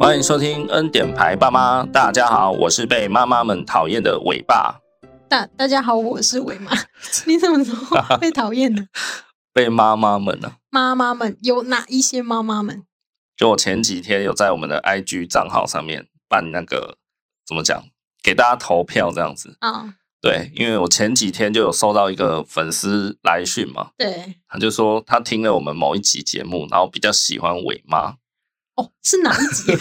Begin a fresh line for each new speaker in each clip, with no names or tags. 欢迎收听《恩典牌爸妈》，大家好，我是被妈妈们讨厌的伟爸，
大大家好，我是伟 妈。你怎么说被讨厌的？
被妈妈们呢、
妈妈们有哪一些妈妈们？
就我前几天有在我们的 IG 账号上面办那个怎么讲，给大家投票这样子。
啊、
对，因为我前几天就有收到一个粉丝来讯嘛，
对，
他就说他听了我们某一集节目，然后比较喜欢伟妈，
哦，是哪一集？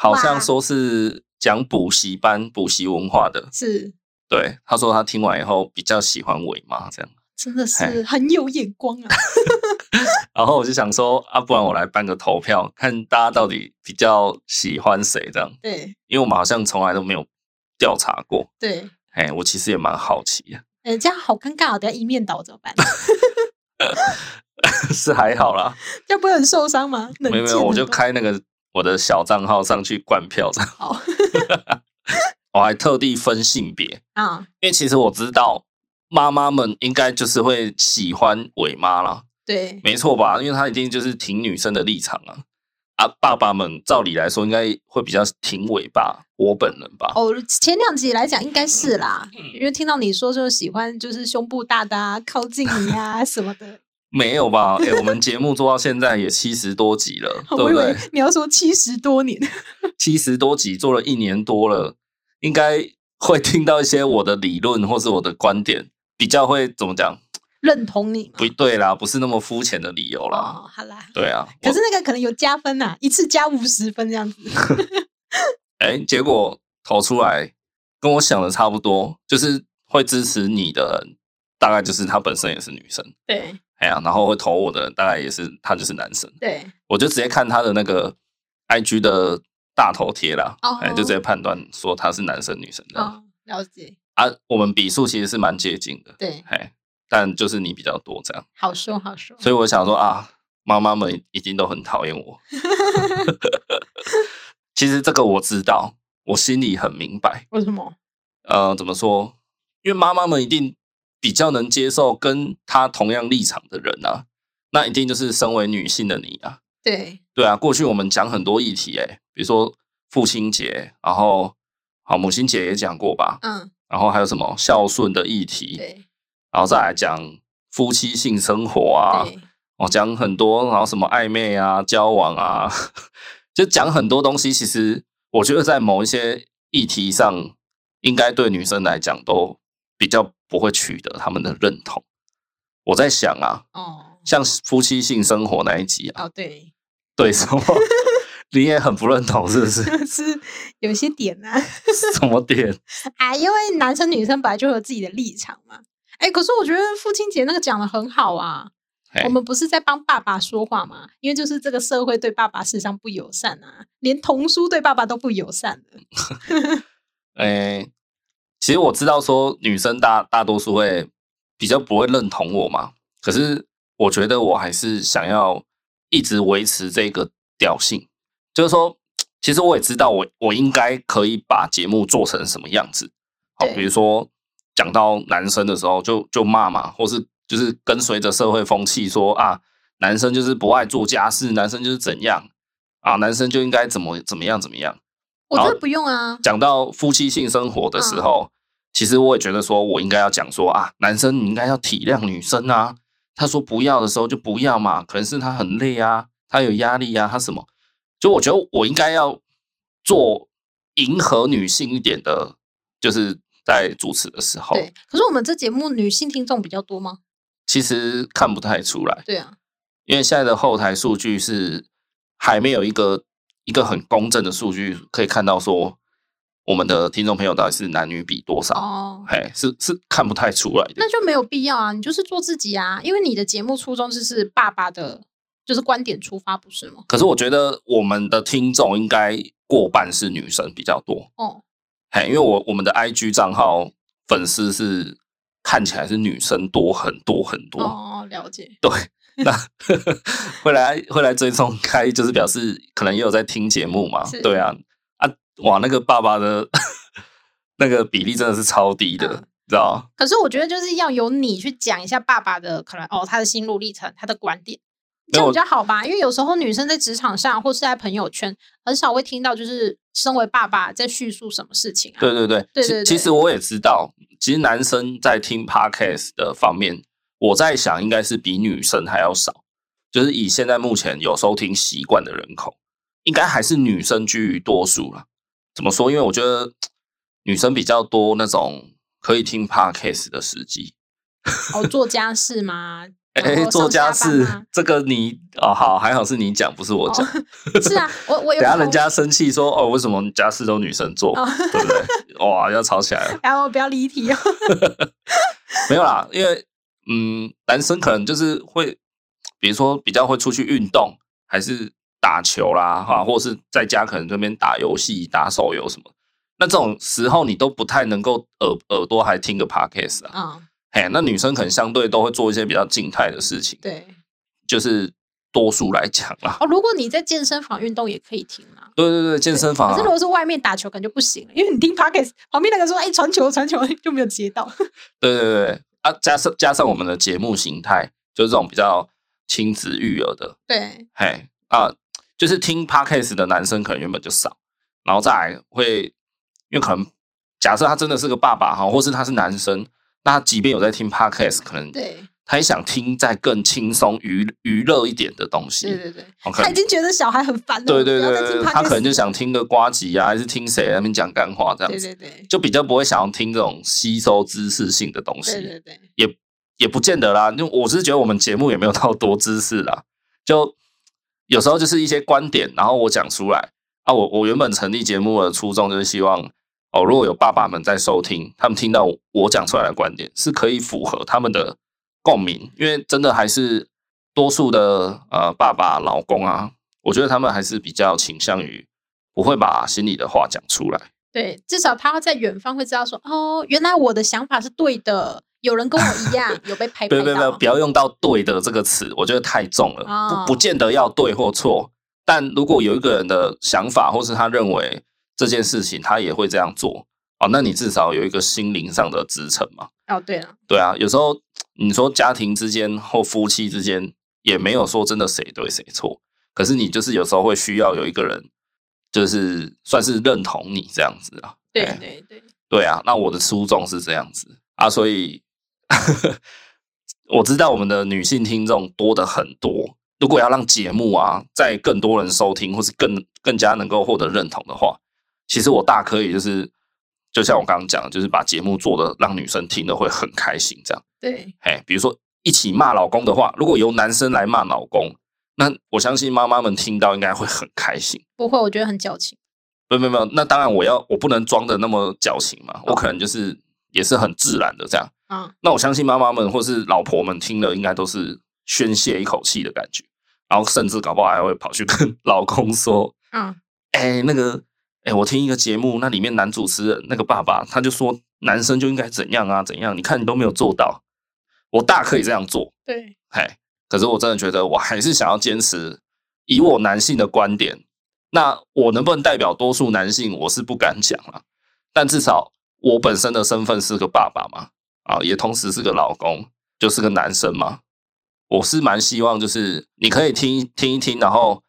好像
哇
说是讲补习班、补习文化的。
是，
对，他说他听完以后比较喜欢伟妈这样。
真的
嘿
是很有眼光 啊！
然后我就想说啊，不然我来办个投票，看大家到底比较喜欢谁这样，
对
因为我们好像从来都没有调查过。
对，
哎，我其实也蛮好奇的，
呃，这样好尴尬哦，等一下一面倒怎么办？
是还好啦，
要不会很受伤吗？冷
没有没
箭
有，我
很
就
多
开那个我的小账号上去灌票这样，
好
我还特地分性别，
啊，
因为其实我知道妈妈们应该就是会喜欢伟妈啦，
对
没错吧？因为她一定就是挺女生的立场啊。啊，爸爸们照理来说应该会比较挺伟爸，我本人吧。
哦，前两集来讲应该是啦，
嗯
因为听到你说就是喜欢就是胸部大的啊，靠近你 啊什么的，
没有 吧？哎、我们节目做到现在也七十多集了，对
我
不
以为
对？
你要说七十多年，
七十多集做了一年多了，应该会听到一些我的理论或是我的观点，比较会怎么讲？
认同你嘛
不对啦，不是那么肤浅的理由啦。
哦，好啦，
对啊，
可
我
是那个可能有加分呐、一次加五十分这样子。
哎、结果投出来跟我想的差不多，就是会支持你的人，大概就是他本身也是女生，
对
哎呀、然后会投我的人，大概也是他就是男生。
对，
我就直接看他的那个 IG 的大头贴啦，哎、
哦
就直接判断说他是男生女生这样、
哦，了解，
啊。我们比数其实是蛮接近的，
对，
哎，但就是你比较多这样，
好说好说。
所以我想说啊，妈妈们一定都很讨厌 我。其实这个我知道，我心里很明白。
为什么？
呃，怎么说？因为妈妈们一定比较能接受跟她同样立场的人啊，那一定就是身为女性的你啊，
对
对啊，过去我们讲很多议题、欸，比如说父亲节，然后好母亲节也讲过吧，
嗯，
然后还有什么孝顺的议题，
对
然后再来讲夫妻性生活啊，
对
哦，讲很多，然后什么暧昧啊、交往啊， 就讲很多东西。其实我觉得在某一些议题上，应该对女生来讲都比较不会取得他们的认同。我在想啊，
哦
像夫妻性生活那一集啊，
哦对，
对什么？ 你也很不认同是不是？
就是有一些点啊，
什么点？
啊，因为男生女生本来就有自己的立场嘛。哎，可是我觉得父亲节那个讲的很好啊，
哎
我们不是在帮爸爸说话嘛？因为就是这个社会对爸爸事实上不友善啊，连童书对爸爸都不友善的。
哎，其实我知道说女生大大多数会比较不会认同我嘛，可是我觉得我还是想要一直维持这个调性，就是说，其实我也知道我我应该可以把节目做成什么样子，好，
对
比如说讲到男生的时候就就骂嘛，或是就是跟随着社会风气说啊，男生就是不爱做家事，男生就是怎样啊，男生就应该怎么怎么样怎么样。
我
好
觉得不用啊，
讲到夫妻性生活的时候，其实我也觉得说，我应该要讲说啊，男生你应该要体谅女生啊。他说不要的时候就不要嘛，可能是他很累啊，他有压力啊，他什么？就我觉得我应该要做迎合女性一点的，就是在主持的时候，
对。可是我们这节目女性听众比较多吗？
其实看不太出来，
对啊，
因为现在的后台数据是还没有一个一个很公正的数据可以看到说我们的听众朋友到底是男女比多少。
哦，
哎，是是看不太出来的
那。就没有必要啊，你就是做自己啊，因为你的节目初衷就是爸爸的，就是观点出发，不是吗？
可是我觉得我们的听众应该过半是女生比较多，
哦，
嘿，因为我我们的 IG 账号粉丝是看起来是女生多很多很多，
哦，了解，
那会来会来追踪开，就是表示可能也有在听节目嘛
是，
对啊，啊，哇，那个爸爸的 那个比例真的是超低的，
嗯
知道
可是我觉得就是要由你去讲一下爸爸的可能哦，他的心路历程，他的观点，这样
我
比较好吧？因为有时候女生在职场上或是在朋友圈，很少会听到就是身为爸爸在叙述什么事情啊。
对对对，
对
其
对对
其实我也知道，其实男生在听 podcast 的方面，我在想应该是比女生还要少，就是以现在目前有收听习惯的人口，应该还是女生居于多数啦。怎么说？因为我觉得女生比较多那种可以听 podcast 的时机。
哦，做家事吗？然
哎，
后
做
哦上
家
下班
事
吗
这个你哦，好，还好是你讲，不是我讲。
是啊，我我有
等下
时候
人家生气说哦，为什么家事都女生做，
哦
对不对？哇，要吵起来了。
然后不要离 题哦。
没有啦，因为嗯，男生可能就是会，比如说比较会出去运动，还是打球啦，哈，或者是在家可能这边打游戏、打手游什么。那这种时候你都不太能够耳耳朵还听个 podcast 啊，
啊、
嘿，那女生可能相对都会做一些比较静态的事情，
对
就是多数来讲啦。
哦，如果你在健身房运动也可以听啦。
对对对，健身房、
可是
啊，
如果是外面打球，感觉不行，因为你听 podcast 旁边那个说“哎、传球传球” 就没有 接到。
对对对对啊，加上加上我们的节目形态，就是这种比较亲子育儿的，
对，
嘿啊，就是听 podcast 的男生可能原本就少，然后再来会，因为可能假设他真的是个爸爸哈，或是他是男生，那他即便有在听 podcast，可能
对，
他也想听再更轻松娱娱乐一点的东
对
西。
对对，
o
他
k
已经觉得小孩很烦了，
对对
不要再
对
听
对，
podcast
他可能就想听个瓜吉啊，还是听谁在那边讲干话这样
对
子，
对对
就比较不会想要听这种吸收知识性的东
对
西。
对对，
也也不见得啦。就我是觉得我们节目也没有到多知识啦，就有时候就是一些观点，然后我讲出来啊。我我原本成立节目的初衷就是希望哦，如果有爸爸们在收听，他们听到我讲出来的观点是可以符合他们的共鸣，因为真的还是多数的呃爸爸、老公啊，我觉得他们还是比较倾向于不会把心里的话讲出来。
对，至少他会在远方会知道说，哦，原来我的想法是对的，有人跟 我一样，有被拍
不
拍
要不要不要
到
不。要用到“对的”这个词，我觉得太重了，
哦
不不见得要对或错。但如果有一个人的想法，或是他认为这件事情他也会这样做，哦，那你至少有一个心灵上的支撑嘛。
哦，对了，
对啊，有时候你说家庭之间或夫妻之间也没有说真的谁对谁错，可是你就是有时候会需要有一个人，就是算是认同你这样子啊。
对
哎
对对，
对啊，那我的初衷是这样子啊，所以 我知道我们的女性听众多的很多。如果要让节目啊，在更多人收听，或是更更加能够获得认同的话，其实我大可以就是，就像我刚刚讲的，就是把节目做的让女生听的会很开心，这样。
对
哎，比如说一起骂老公的话，如果由男生来骂老公，那我相信妈妈们听到应该会很开心。
不会，我觉得很矫情。
没有没有没有，那当然我要我不能装的那么矫情嘛，我可能就是也是很自然的这样。
啊，
那我相信妈妈们或是老婆们听了，应该都是宣泄一口气的感觉，然后甚至搞不好还会跑去跟 老公说
嗯，：“
哎、那个，哎、我听一个节目，那里面男主持人那个爸爸他就说男生就应该怎样啊怎样，你看你都没有做到，我大可以这样做，
对
嘿，可是我真的觉得我还是想要坚持以我男性的观点。那我能不能代表多数男性，我是不敢讲了、但至少我本身的身份是个爸爸嘛，啊，也同时是个老公，就是个男生嘛。我是蛮希望，就是你可以听听一听，然后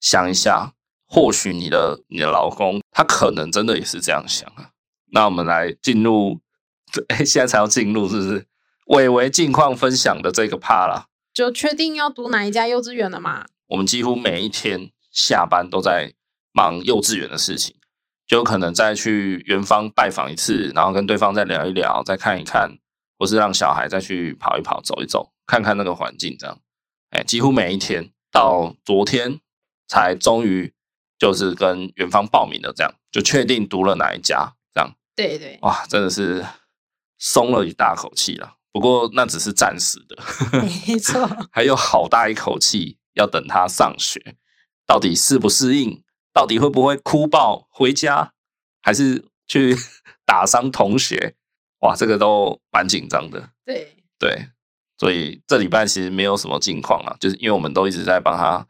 想一下，或许你的你的老公他可能真的也是这样想啊。那我们来进入， 哎，现在才要进入是不是？伟伟近况分享的这个趴啦，
就确定要读哪一家幼稚园了嘛？
我们几乎每一天下班都在忙幼稚园的事情，就可能再去园方拜访一次，然后跟对方再聊一聊，再看一看，或是让小孩再去跑一跑、走一走，看看那个环境，这样。哎，几乎每一天到昨天才终于就是跟园方报名了，这样就确定读了哪一家，这样，
对对
哇，真的是松了一大口气了。不过那只是暂时的，
没错。
还有好大一口气要等他上学，到底适不适应？到底会不会哭爆回家，还是去 打伤同学？哇，这个都蛮紧张的。
对，
对，所以这礼拜其实没有什么近况啊，就是因为我们都一直在帮他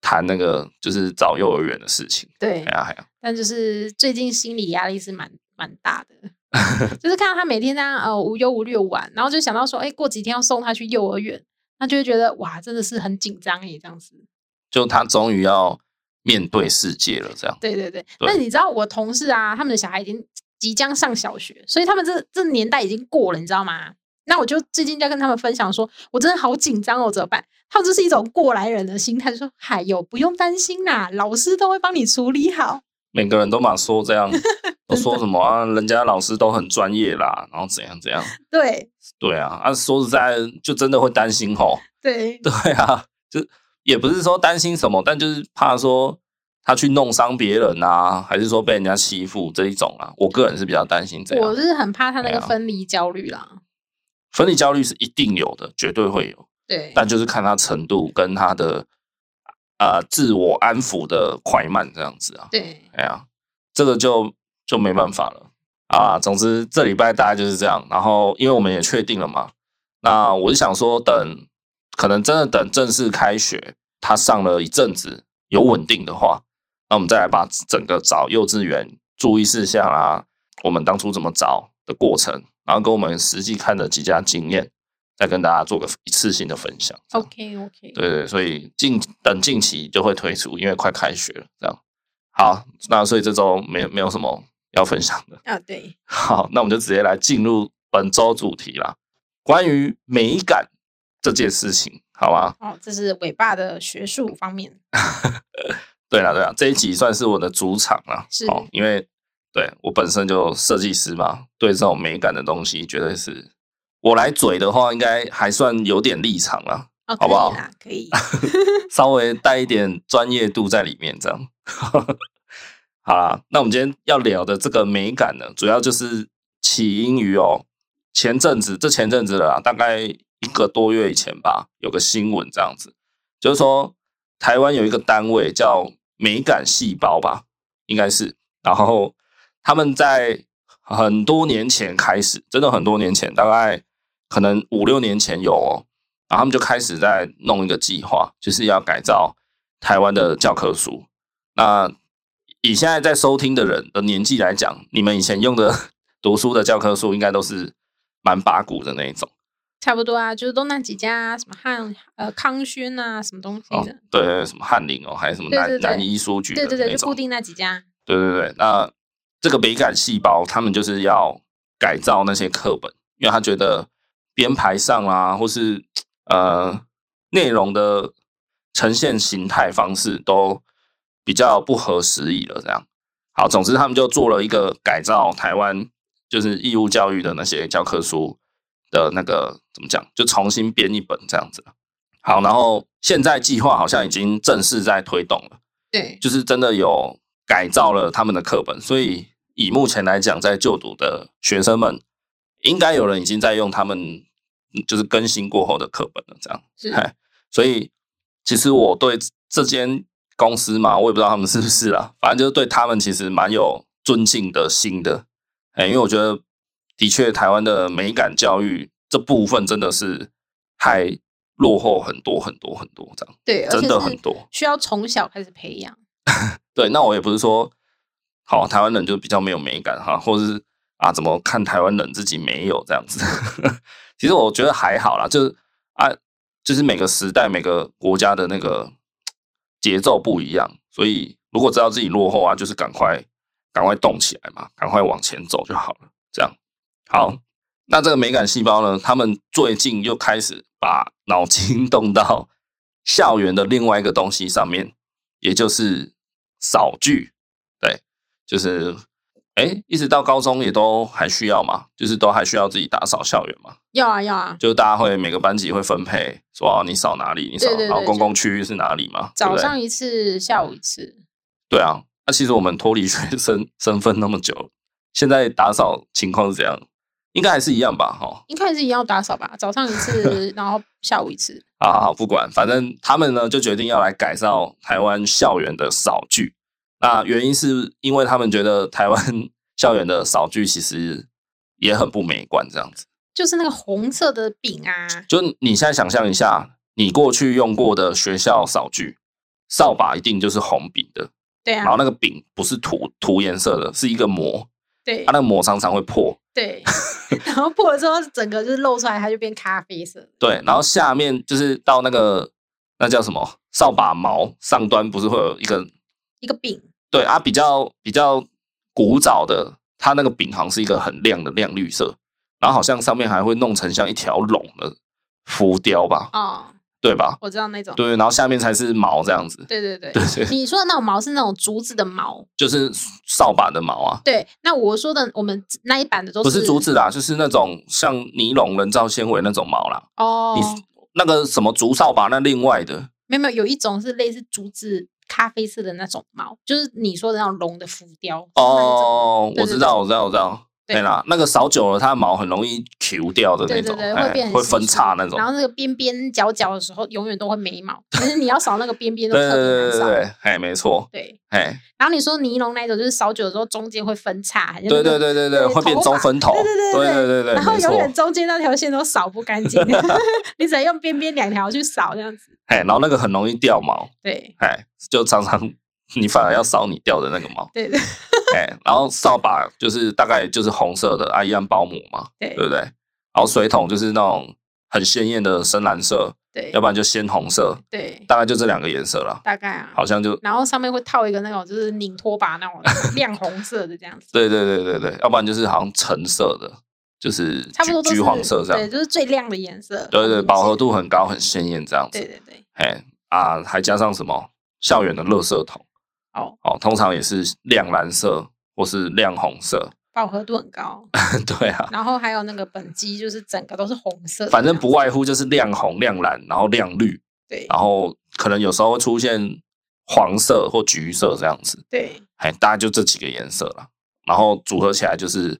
谈那个就是找幼儿园的事情。
对
哎，呀哎呀，
但就是最近心理压力是蛮蛮大的，就是看到他每天这样呃无忧无虑地玩，然后就想到说，哎、过几天要送他去幼儿园，那就会觉得哇，真的是很紧张耶，这样子。
就他终于要面对世界了，这样。
对对对，
对
但你知道我同事啊，他们的小孩已经即将上小学，所以他们这这年代已经过了，你知道吗？那我就最近在跟他们分享说，我真的好紧张哦，怎么办？他们就是一种过来人的心态，就说：“嗨哟，不用担心啦，老师都会帮你处理好。
每个人都嘛说这样，都说什么啊？人家老师都很专业啦，然后怎样怎样？”
对
对啊，啊，说实在，就真的会担心吼。
对
对啊，就也不是说担心什么，但就是怕说他去弄伤别人啊，还是说被人家欺负这一种啊。我个人是比较担心这
我
样，
是很怕他那
对
个
啊
分离焦虑啦。
分离焦虑是一定有的，绝对会有，
对，
但就是看他程度跟他的呃自我安抚的快慢这样子啊。
对，
哎呀，这个就就没办法了啊。总之这礼拜大概就是这样，然后因为我们也确定了嘛，那我是想说等，可能真的等正式开学，他上了一阵子有稳定的话，那我们再来把整个找幼稚园注意事项啊，我们当初怎么找的过程，然后跟我们实际看的几家经验，再跟大家做个一次性的分享。这样
OK OK，
对对，所以近等近期就会推出，因为快开学了，这样。好，那所以这周没有没有什么要分享的。
啊对，
好，那我们就直接来进入本周主题啦，关于美感这件事情，好吗？
哦，这是尾巴的学术方面，
对啦对啦，这一集算是我的主场啦。
是
哦，因为对我本身就设计师嘛，对这种美感的东西，绝对是我来嘴的话，应该还算有点立场啦。
哦，可
好不好
以 啦，可以，
稍微带一点专业度在里面，这样。 好啦，那我们今天要聊的这个美感呢，主要就是起因于哦，前阵子这前阵子了啦，大概一个多月以前吧，有个新闻这样子，就是说台湾有一个单位叫美感细胞吧，应该是，然后他们在很多年前开始，真的很多年前，大概可能五六年前有哦，然后他们就开始在弄一个计划，就是要改造台湾的教科书。那以现在在收听的人的年纪来讲，你们以前用的 读书的教科书应该都是蛮八股的那一种
差不多啊，就是都那几家啊、什么汉呃康轩啊，什么东西
哦
的，，
对对，什么翰林哦，还是什么南
对对对
南医书局的
对对
那
对，就
种
固，定那几家，
对对对。那这个美感细胞，他们就是要改造那些课本，因为他觉得编排上啊，或是呃内容的呈现形态方式都比较不合时宜了。这样，好，总之他们就做了一个改造台湾就是义务教育的那些教科书的那个怎么讲，就重新编一本这样子。好，然后现在计划好像已经正式在推动了。
对，
就是真的有改造了他们的课本，所以以目前来讲，在就读的学生们，应该有人已经在用他们就是更新过后的课本了，这样。
是
嗨所以其实我对这间公司嘛，我也不知道他们是不是啦，反正就是对他们其实蛮有尊敬的心的。哎、因为我觉得的确台湾的美感教育这部分真的是还落后很多很多很多，这样
对，而
真
且
的很
是
多。
需要从小开始培养，
对，那我也不是说，好台湾人就比较没有美感哈，或者是啊怎么看台湾人自己没有这样子。 其实我觉得还好啦，就是啊，就是每个时代每个国家的那个节奏不一样，所以如果知道自己落后啊，就是赶快赶快动起来嘛，赶快往前走就好了。这样好，那这个美感细胞呢，他们最近又开始把脑筋 动到校园的另外一个东西上面，也就是扫具，对，就是哎，一直到高中也都还需要嘛，就是都还需要自己打扫校园嘛，
要啊要啊，
就是大家会每个班级会分配说、哦、你扫哪里，你扫，
对对对
然后公共区域是哪里嘛，对
早
不对
上一次，下午一次，
对啊，那、其实我们脱离学生 身份那么久，现在打扫情况是怎样？应该还是一样吧，哈、哦
应该是一样打扫吧，早上一 次，然后下午一次，
啊，好不管，反正他们呢就决定要来改造台湾校园的扫具。那原因是因为他们觉得台湾 校园的扫具其实也很不美观，这样子。
就是那个红色的饼啊，
就你现在想象一下，你过去用过的学校扫具，扫把一定就是红柄的，
对
然后
啊，
那个柄不是涂涂颜色的，是一个膜，
对
它、那个膜常常会破，
对， 然后破了之后，整个就是露出来，它就变咖啡色。
对，然后下面就是到那个那叫什么扫把毛上端，不是会有一个
一个饼，
对啊，比较比较古早的，它那个饼好像是一个很亮的亮绿色，然后好像上面还会弄成像一条龙的浮雕吧，
哦，
对吧？
我知道那种。
对，然后下面才是毛这样子，
对对对
对对，
你说的那种毛是那种竹子的毛，
就是扫把的毛啊，
对。那我说的我们那一版的都
不是竹子啦，就是那种像尼龙人造纤维那种毛啦。
哦，
你那个什么竹扫把，那另外的，
没有没有，有一种是类似竹子咖啡色的那种毛，就是你说的那种龙的浮雕。
哦，
对
我
对
知道，我知道，我知道。
对
对啦，那个扫久了，它的毛很容易 Q 掉的那
对对
种，
对，
哎
会变很
会
稀
分
疏
叉那种
然。后那个边边角角的时候，永远都会没毛，可是你要扫那个边边
对
都特
对
别
对对
难扫。
对，哎，没错，
对
哎，
然后你说尼龙那一种，就是扫久了之后中间会分叉，还是
对
那
对
个
对对对，
对
会变
头发
中分头，
对对对
对对对
然后
没
永远
错，
中间那条线都扫不干 净，你只能用边边两条去扫这样子。
哎，然后那个很容易掉毛，
对
哎，就常常 你反而要扫你掉的那个毛，
对对
哎，然后扫把就是大概就是红色的啊，一样保姆嘛，对
对
不对？然后水桶就是那种很鲜艳的深蓝色，
对
要不然就鲜红色，
对，
大概就这两个颜色啦，
大概啊。
好像就
然后上面会套一个那种就是拧拖把那 种亮红色的这样子，
对对对对对，要不然就是好像橙色的，就是
差不多
橘
都是
橘黄色这
对，
样，
就是最亮的颜色。
对对，饱和
度。
度很高，很鲜艳这样
对
子，
对对，
哎啊，还加上什么校园的垃圾桶
哦，
哦，通常也是亮蓝色或是亮红色，
饱和度很高。
对啊，
然后还有那个本机，就是整个都是红色的这样子。
反正不外乎就是亮红、亮蓝，然后亮绿，
对
然后可能有时候会出现黄色或橘色这样子，
对
哎，大概就这几个颜色了，然后组合起来就是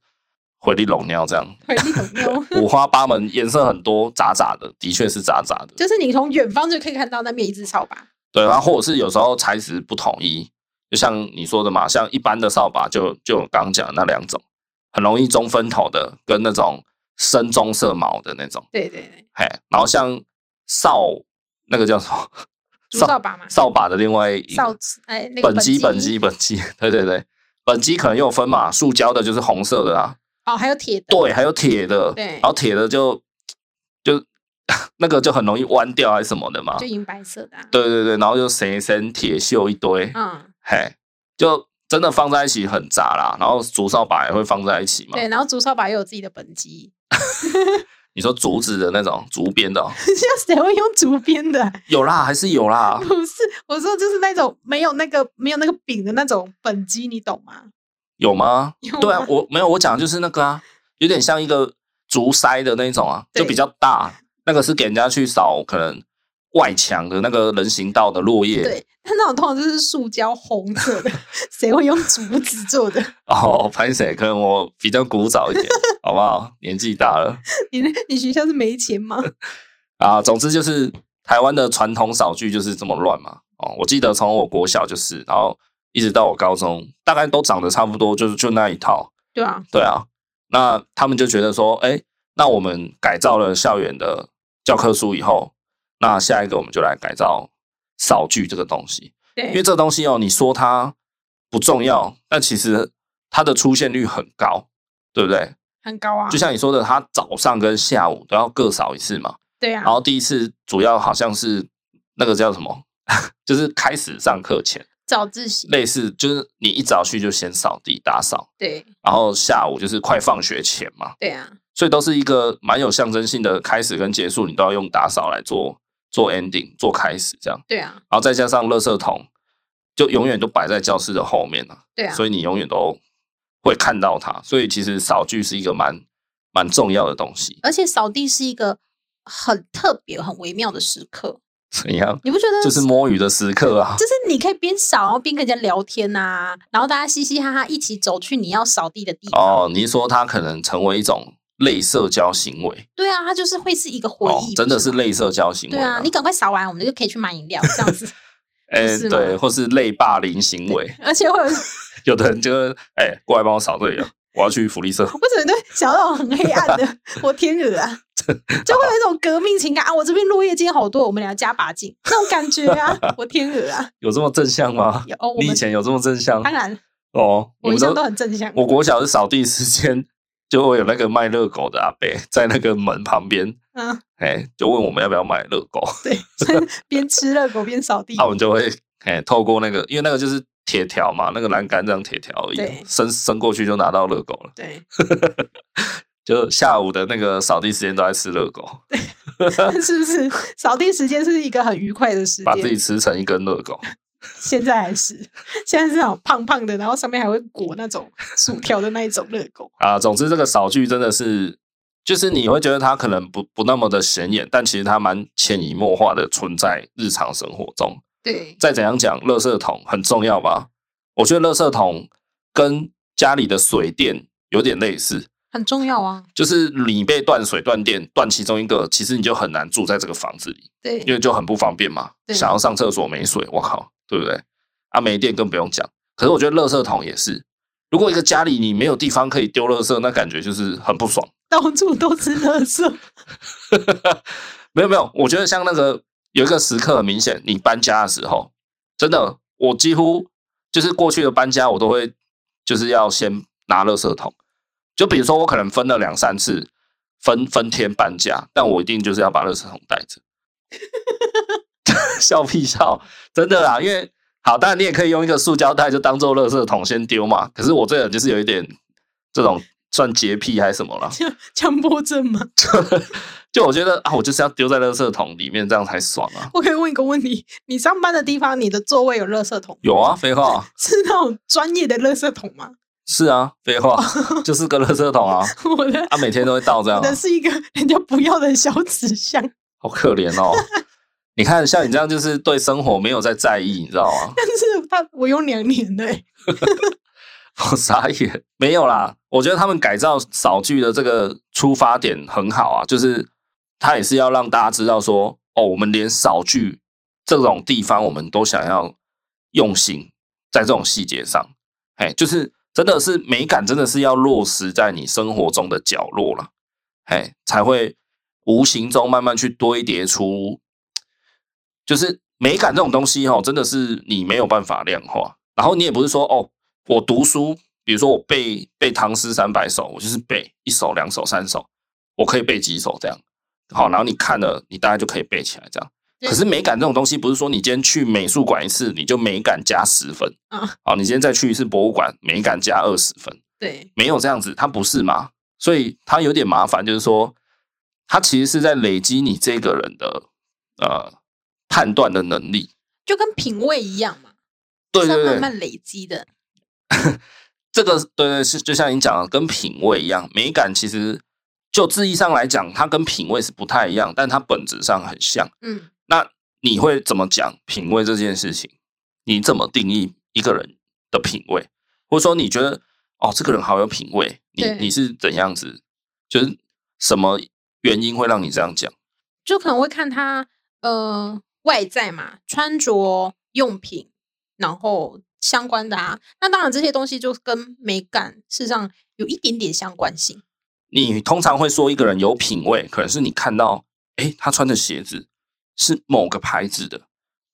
回力龙尿这样。
回 力很牛，
五花八门，颜色很多，杂杂的，的确是杂杂的。
就是你从远方就可以看到那边一只扫把。
对，然后或者是有时候材质不统一，就像你说的嘛，像一般的扫把就就我刚刚讲的那两种，很容易中分头的，跟那种深棕色毛的那种，
对对对，
嘿，然后像扫那个叫什么
竹 扫把嘛，
扫把的另外一
扫哎那个
本机本机本机，对对对，本机可能又有分嘛，塑胶的就是红色的啊，
哦，还有铁的。
对，还有铁的，
对
然后铁的就就 那个就很容易弯掉还是什么的嘛，
就银白色的、啊。
对对对，然后就谁身铁锈一堆，
嗯，
嘿，就真的放在一起很杂啦。然后竹扫把也会放在一起嘛。
对，然后竹扫把也有自己的本机，
你说竹子的那种竹编的哦、
像谁会用竹编的啊、
有啦，还是有啦。
不是，我说就是那种没有那个没有那个柄的那种本机，你懂吗？
有吗？
有
对啊
吗，
我没有，我讲的就是那个啊，有点像一个竹筛的那种啊，
对
就比较大。那个是给人家去扫可能外墙的那个人行道的落叶
对，但那种通常就是塑胶红色的， 谁会用竹子做的？
哦，潘 s 可能我比较古早一点，好不好？年纪大了。
你你学校是没钱吗？
啊，总之就是台湾的传统扫具就是这么乱嘛。哦，我记得从我国小就是，然后一直到我高中，大概都长得差不多，就是就那一套。
对啊，
对啊，那他们就觉得说，哎、那我们改造了校园的教科书以后，那下一个我们就来改造扫具这个东西，因为
对
这东西哦，你说它不重要，但其实它的出现率很高，对不对？
很高啊
就，像你说的，它早上跟下午都要各扫一次嘛。
对啊
然，后第一次主要好像是那个叫什么， 就是开始上课前，
早自习，
类似就是你一早去就先扫地打扫，
对
然后下午就是快放学前嘛，
对啊，
所以都是一个蛮有象征性的开始跟结束，你都要用打扫来做做 ending 做开始这样，
对啊，
然后再加上垃圾桶，就永远都摆在教室的后面了、
对啊，
所以你永远都会看到它，所以其实扫具是一个蛮蛮重要的东西，
而且扫地是一个很特别、很微妙的时刻，
怎样？
你不觉得？
就是摸鱼的时刻啊，
就是你可以边扫，然后边跟人家聊天呐、然后大家嘻嘻哈哈一起走去你要扫地的地方。
哦，你是说它可能成为一种类社交行为？
对啊，它就是会是一个回
哦
忆，，
真的是
不吗
类社交行为、
对啊，你赶快扫完，我们就可以去买饮料这 样子，
哎、
是吗
对，或是类霸凌行为，
而且会有
有的人就会哎、过来帮我扫这里啊，我要去福利社。
为什么对想到那种很黑暗 的？我天热啊，就会有一种革命情感啊！我这边落叶今天好多，我们俩加把劲，那种感觉 啊！我天热啊！
有这么正向吗？
有哦，我
你以
们
前有这么正向？
当然，
哦，我
我一
们
向
都
都很正向。
我国小是扫地时间就会有那个卖热狗的阿伯在那个门旁边，
嗯，
哎，就问我们要不要买热狗，
对， 边吃热狗边扫地
那、，我们就会哎透过那个，因为那个就是铁条嘛，那个栏杆这样铁条而
对
已，啊伸伸过去就拿到热狗了。
对，
就下午的那个扫地时间都在吃热狗，
是不是？扫地时间是一个很愉快的时
把自己
间，
吃成一根热狗。
现在还是，现在是那种胖胖的，然后上面还会裹那种薯条的那一种热狗，
啊，总之这个扫剧真的是，就是你会觉得它可能不不那么的显眼，但其实它蛮潜移默化的存在日常生活中。
对，
再怎样讲，垃圾桶很重要吧？我觉得垃圾桶跟家里的水电有点类似，
很重要啊，
就是你被断水、断电、断其中一个，其实你就很难住在这个房子里，
对
因为就很不方便嘛。
对
想要上厕所没水，我靠，对不对？啊，没电更不用讲。可是我觉得垃圾桶也是，如果一个家里你没有地方可以丢垃圾，那感觉就是很不爽。
到处都是垃圾，
没有没有，我觉得像那个有一个时刻很明显，你搬家的时候，真的，我几乎就是过去的搬家，我都会就是要先拿垃圾桶。就比如说，我可能分了两三次，分分天搬家，但我一定就是要把垃圾桶带着。 笑屁笑，真的啦，因为好，当然你也可以用一个塑胶袋就当做垃圾桶先丢嘛。可是我这个人就是有一点这种算洁癖还是什么啦，
强迫症吗？
就我觉得啊，我就是要丢在垃圾桶里面，这样才爽啊。
我可以问一个问题：你上班的地方，你的座位有垃圾桶吗？
有啊，废话，
是那种专业的垃圾桶吗？
是啊，废话，就是个垃圾桶啊，
我的
啊，每天都会倒这样
我
啊、
的是一个人家不要的小纸箱，
好可怜哦。你看，像你这样，就是对生活没有在在意，你知道吗？
但是它我用两年的、欸，
我傻眼，没有啦。我觉得他们改造扫剧的这个出发点很好啊，就是他也是要让大家知道说，哦，我们连扫剧这种地方，我们都想要用心在这种细节上，哎，就是真的是美感，真的是要落实在你生活中的角落了，哎，才会无形中慢慢去堆叠出，就是美感这种东西哦，真的是你没有办法量化，然后你也不是说哦。我读书，比如说我背背唐诗三百首，我就是背一首、两首、三首，我可以背几首这样。好，然后你看了，你大概就可以背起来这样。
对
可是美感这种东西，不是说你今天去美术馆一次，你就美感加十分。
嗯
好，你今天再去一次博物馆，美感加二十分，
对
没有这样子，它不是嘛？所以它有点麻烦，就是说，它其实是在累积你这个人的呃判断的能力。
就跟品味一样嘛，
对对
是要
对，
慢慢累积的，
这个对对是就像你讲的，跟品味一样，美感其实就字义上来讲，它跟品味是不太一样，但它本质上很像。
嗯，
那你会怎么讲品味这件事情？你怎么定义一个人的品味？或者说你觉得哦，这个人好有品味，你
对
你是怎样子？就是什么原因会让你这样讲？
就可能会看他呃外在嘛，穿着用品，然后相关的啊，那当然这些东西就跟美感事实上有一点点相关性，
你通常会说一个人有品味，可能是你看到，诶，他穿的鞋子是某个牌子的，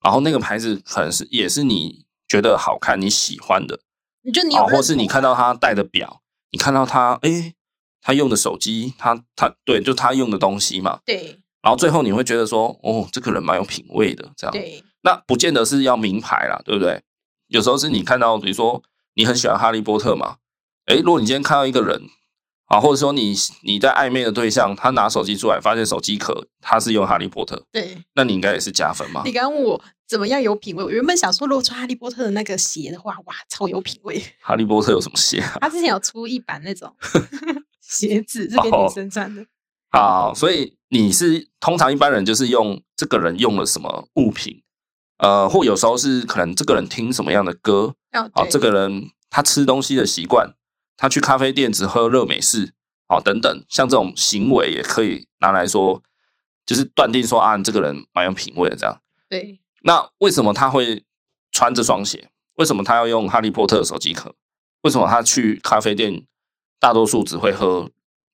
然后那个牌子可能是也是你觉得好看、你喜欢的，
你就你有
啊，
认同、
或是你看到他戴的表，你看到他，诶，他用的手机，他他对，就他用的东西嘛，
对
然后最后你会觉得说，哦，这个人蛮有品味的，这样。
对
那不见得是要名牌啦，对不对？有时候是你看到，比如说你很喜欢哈利波特嘛，诶，如果你今天看到一个人啊，或者说你你在暧昧的对象，他拿手机出来，发现手机壳他是用哈利波特，
对，
那你应该也是加分嘛
你？刚刚问我怎么样有品味，我原本想说，如果穿哈利波特的那个鞋的话，哇，超有品 味。
哈利波特有什么鞋啊？
他之前有出一版 那种鞋子，是给女
哦
生穿的。
好，所以你是通常一般人就是用这个人用了什么物品，呃，或有时候是可能这个人听什么样的歌，
哦，
好，
对
这个人他吃东西的习惯，他去咖啡店只喝热美式，好等等，像这种行为也可以拿来说，就是断定说啊，你这个人蛮有品味的这样。
对
那为什么他会穿这双鞋？为什么他要用哈利波特的手机壳？为什么他去咖啡店大多数只会喝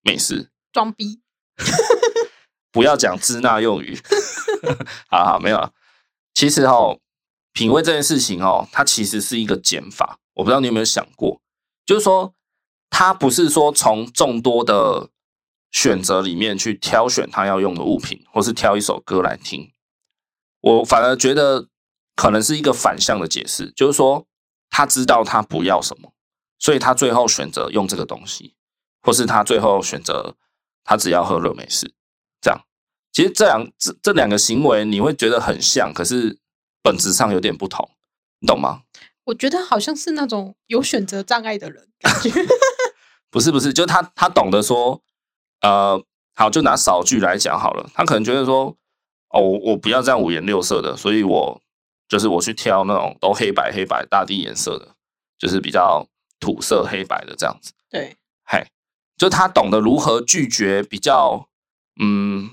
美式？
装逼，
不要讲支那用语。 好好，没有了。其实哦，品味这件事情哦，它其实是一个减法。我不知道你有没有想过，就是说，他不是说从众多的选择里面去挑选他要用的物品，或是挑一首歌来听。我反而觉得可能是一个反向的解释，就是说他知道他不要什么，所以他最后选择用这个东西，或是他最后选择他只要喝热美式。这样，其实这两这这两个行为你会觉得很像，可是本质上有点不同，你懂吗？
我觉得好像是那种有选择障碍的人，感觉
不是不是，就他他懂得说，呃，好，就拿少句来讲好了，他可能觉得说，哦，我我不要这样五颜六色的，所以我就是我去挑那种都黑白黑白大地颜色的，就是比较土色黑白的这样子，
对，
嘿，就他懂得如何拒绝比较，嗯，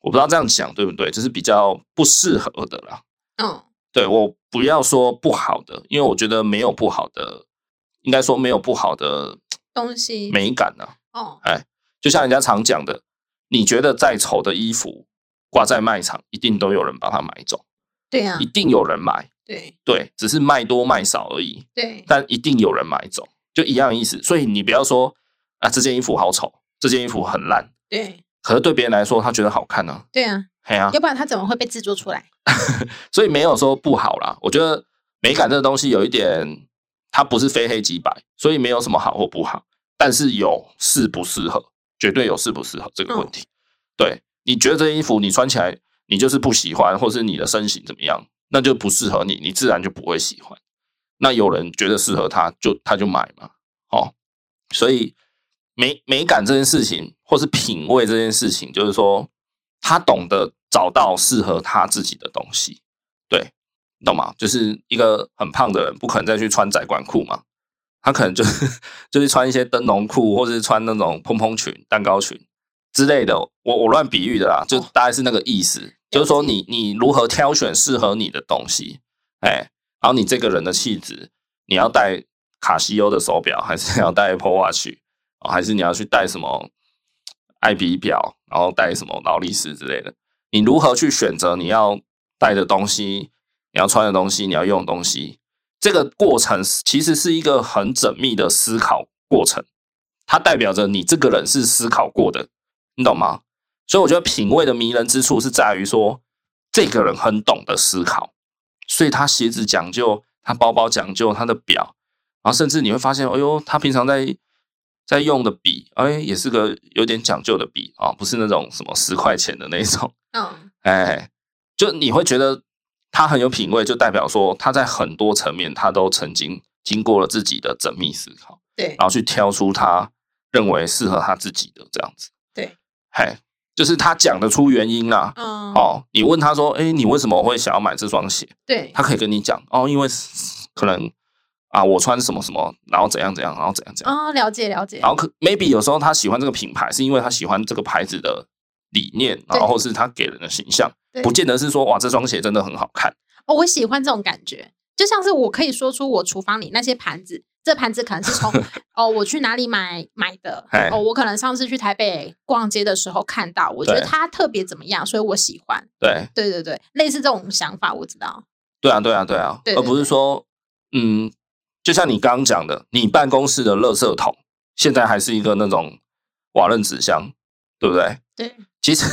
我不知道这样讲对不对，就是比较不适合的啦，
嗯，
对我不要说不好的，因为我觉得没有不好的，应该说没有不好的
东西，
美感呢、
哦，
就像人家常讲的，你觉得再丑的衣服挂在卖场，一定都有人把它买走，
对呀、
一定有人买，
对
对，只是卖多卖少而已，
对，
但一定有人买走，就一样意思。所以你不要说啊，这件衣服好丑，这件衣服很烂，
对
可是对别人来说，他觉得好看啊，
对啊，
嘿啊，
要不然他怎么会被制作出来？
所以没有说不好啦。我觉得美感这个东西有一点，它不是非黑即白，所以没有什么好或不好，但是有适不适合，绝对有适不适合这个问题。对，你觉得这件衣服你穿起来你就是不喜欢，或是你的身形怎么样，那就不适合你，你自然就不会喜欢。那有人觉得适合他，就他就买嘛，哦，所以美美感这件事情，或是品味这件事情，就是说他懂得找到适合他自己的东西，对，你懂吗？就是一个很胖的人，不可能再去穿窄管裤嘛，他可能就是 就是穿一些灯笼裤，或者是穿那种蓬蓬裙、蛋糕裙之类的。我我乱比喻的啦，就大概是那个意思，就是说你你如何挑选适合你的东西，哎，然后你这个人的气质，你要戴卡西欧的手表，还是 要戴 Apple Watch，哦还是你要去戴什么爱彼表，然后戴什么劳力士之类的？你如何去选择你要带的东西、你要穿的东西、你要用的东西？这个过程是其实是一个很缜密的思考过程，它代表着你这个人是思考过的，你懂吗？所以我觉得品味的迷人之处是在于说，这个人很懂得思考，所以他鞋子讲究，他包包讲究，他的表，然后甚至你会发现，哎呦，他平常在在用的笔，哎，也是个有点讲究的笔啊、不是那种什么十块钱的那种，
嗯，
哎，就你会觉得他很有品味，就代表说他在很多层面他都曾经经过了自己的缜密思考，
对
然后去挑出他认为适合他自己的这样子。
对，
嘿，就是他讲得出原因啦、
嗯，
哦，你问他说，哎，你为什么会想要买这双鞋？
对
他可以跟你讲，哦，因为可能啊，我穿什么什么，然后怎样怎样，然后怎样怎样。
啊、了解了解
然，后可 maybe 有时候他喜欢这个品牌，是因为他喜欢这个牌子的理念，然后或是他给人的形象，
对
不见得是说哇这双鞋真的很好看。
哦，我喜欢这种感觉，就像是我可以说出我厨房里那些盘子，这盘子可能是 从哦我去哪里买买的
哎，
哦我可能上次去台北逛街的时候看到，我觉得
对
它特别怎么样，所以我喜欢。
对，
对对对，类似这种想法我知道。
对啊，对啊，对啊，
对
而不是说嗯，就像你刚刚讲的，你办公室的垃圾桶现在还是一个那种瓦楞纸箱，对不对？
对
其实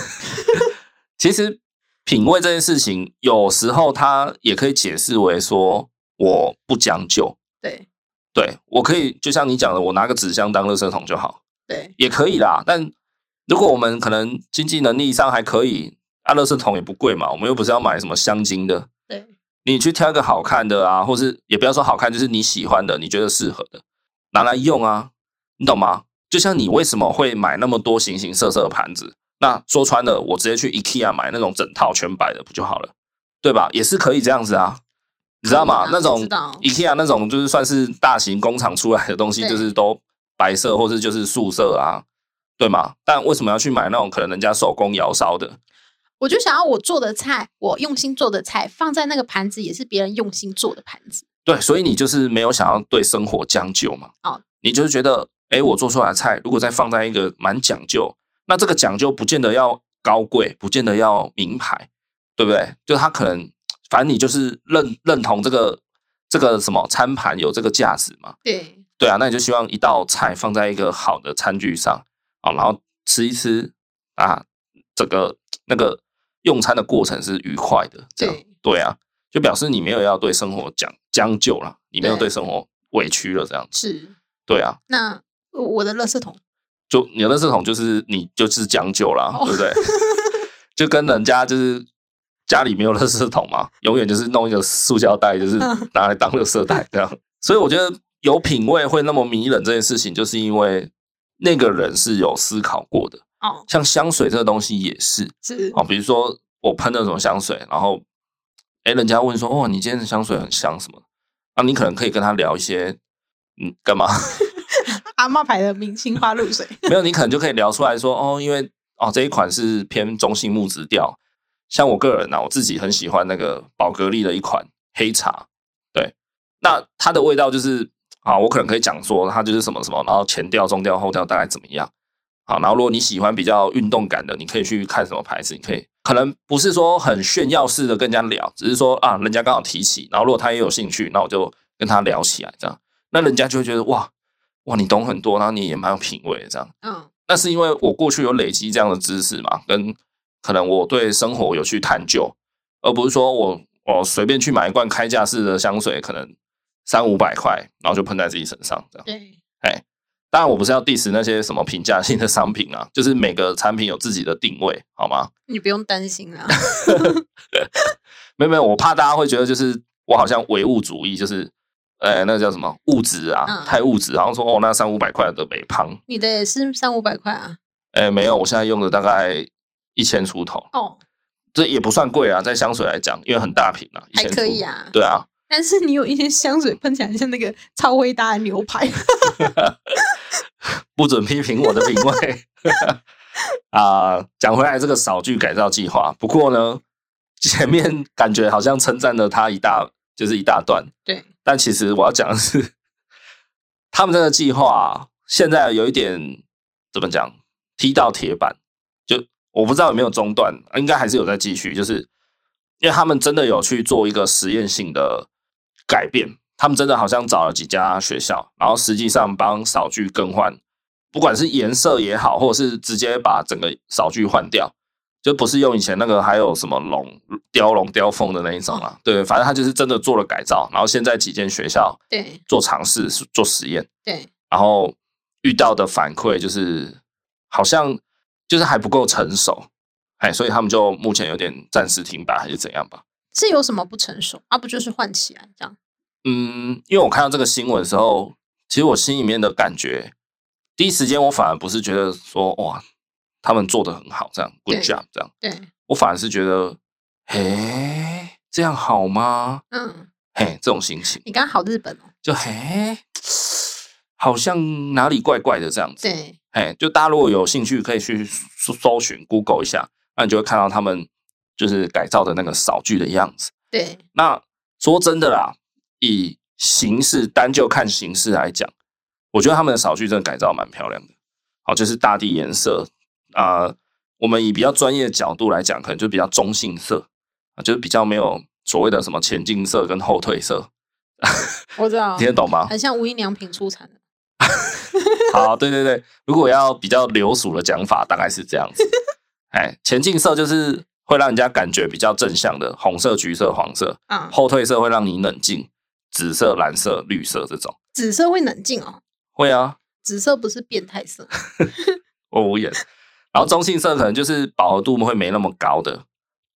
其实品味这件事情，有时候它也可以解释为说我不将就。
对
对我可以，就像你讲的，我拿个纸箱当垃圾桶就好。
对
也可以啦。但如果我们可能经济能力上还可以，啊，垃圾桶也不贵嘛，我们又不是要买什么香精的，
对
你去挑一个好看的啊，或是也不要说好看，就是你喜欢的，你觉得适合的，拿来用啊，你懂吗？就像你为什么会买那么多形形色色的盘子？那说穿了，我直接去 IKEA 买那种整套全白的不就好了，对吧？也是可以这样子啊，你知道吗？
可以啊
那
我
种
知道
IKEA 那种就是算是大型工厂出来的东西，
对
就是都白色或是就是素色啊，对吗？但为什么要去买那种可能人家手工窑烧的？
我就想要我做的菜，我用心做的菜放在那个盘子，也是别人用心做的盘子。
对，所以你就是没有想要对生活将就嘛。
哦，
你就是觉得，哎，我做出来的菜如果再放在一个蛮讲究，那这个讲究不见得要高贵，不见得要名牌，对不对？就他可能，反正你就是认认同这个这个什么餐盘有这个价值嘛。
对
对啊，那你就希望一道菜放在一个好的餐具上啊，然后吃一吃啊，这个那个用餐的过程是愉快的，这样
对
对啊，就表示你没有要对生活讲将就了，你没有
对
对生活委屈了，这样子，
是。
对啊，
那我我的垃圾桶，
就你的垃圾桶就是你就是将就啦，
哦
对不对？就跟人家就是家里没有垃圾桶嘛，永远就是弄一个塑胶袋，就是
嗯
拿来当垃圾袋这样。所以我觉得有品味会那么迷人这件事情，就是因为那个人是有思考过的。
哦，
像香水这个东西也是
是
哦，比如说我喷那种香水，然后哎，诶人家问说哦，你今天的香水很香什么的？那、你可能可以跟他聊一些，嗯，干嘛？
阿嬷牌的明星花露水，
没有，你可能就可以聊出来说哦，因为哦这一款是偏中性木质调，像我个人呢、啊，我自己很喜欢那个宝格丽的一款黑茶，对，那它的味道就是啊，我可能可以讲说它就是什么什么，然后前调、中调、后调大概怎么样。好，然后如果你喜欢比较运动感的，你可以去看什么牌子，你可以可能不是说很炫耀式的跟人家聊，只是说啊，人家刚好提起，然后如果他也有兴趣，那我就跟他聊起来，这样，那人家就会觉得哇哇，你懂很多，然后你也蛮有品味的这样。
嗯，
那是因为我过去有累积这样的知识嘛，跟可能我对生活有去探究，而不是说我我随便去买一罐开架式的香水，可能三五百块，然后就喷在自己身上这样。
对，
当然，我不是要 diss 那些什么平价性的商品啊，就是每个产品有自己的定位，好吗？
你不用担心啊 啦。
没有没有，我怕大家会觉得就是我好像唯物主义，就是呃、那个叫什么物质啊，
嗯
太物质，好像说哦那三五百块的美胖，
你的也是三五百块啊？
哎、没有，我现在用的大概一千出头。
哦，
这也不算贵啊，在香水来讲，因为很大瓶啊，
还
1000
可以
出。
啊。
对啊，
但是你有一些香水喷起来像那个超伟大的牛排，
不准批评我的品味。 啊，讲回来这个少聚改造计划，不过呢，前面感觉好像称赞了他一大，就是一大段，
对，
但其实我要讲的是，他们这个计划、啊、现在有一点怎么讲，踢到铁板，就我不知道有没有中断，应该还是有在继续，就是因为他们真的有去做一个实验性的改变，他们真的好像找了几家学校，然后实际上帮扫具更换，不管是颜色也好，或者是直接把整个扫具换掉。就不是用以前那个还有什么龙雕龙雕凤的那一种啦、对，反正他就是真的做了改造，然后现在几间学校
对
做尝试做实验，
对，
然后遇到的反馈就是好像就是还不够成熟，哎，所以他们就目前有点暂时停摆还是怎样吧。
是有什么不成熟啊？不就是换起来这样？
嗯，因为我看到这个新闻的时候，其实我心里面的感觉，第一时间我反而不是觉得说哇，他们做的很好，这样 good
对
job 这样，
对，
我反而是觉得，哎，这样好吗？
嗯，
嘿，这种心情
你刚好日本哦，
就嘿，好像哪里怪怪的这样子。
对，
哎，就大家如果有兴趣，可以去搜搜寻 Google 一下，那你就会看到他们就是改造的那个扫具的样子。
对，
那说真的啦，以形式单就看形式来讲，我觉得他们的扫具真的改造蛮漂亮的。好，就是大地颜色啊、我们以比较专业的角度来讲，可能就比较中性色啊，就是比较没有所谓的什么前进色跟后退色，
我知道
听，得懂吗？
很像无印良品出产的，
好，对对对，如果要比较流俗的讲法，大概是这样子。哎，前进色就是会让人家感觉比较正向的，红色、橘色、黄色；
啊，
后退色会让你冷静，紫色、蓝色、绿色这种。
紫色会冷静哦，
会啊，
紫色不是变态色，
哦我无言。然后中性色可能就是饱和度会没那么高的，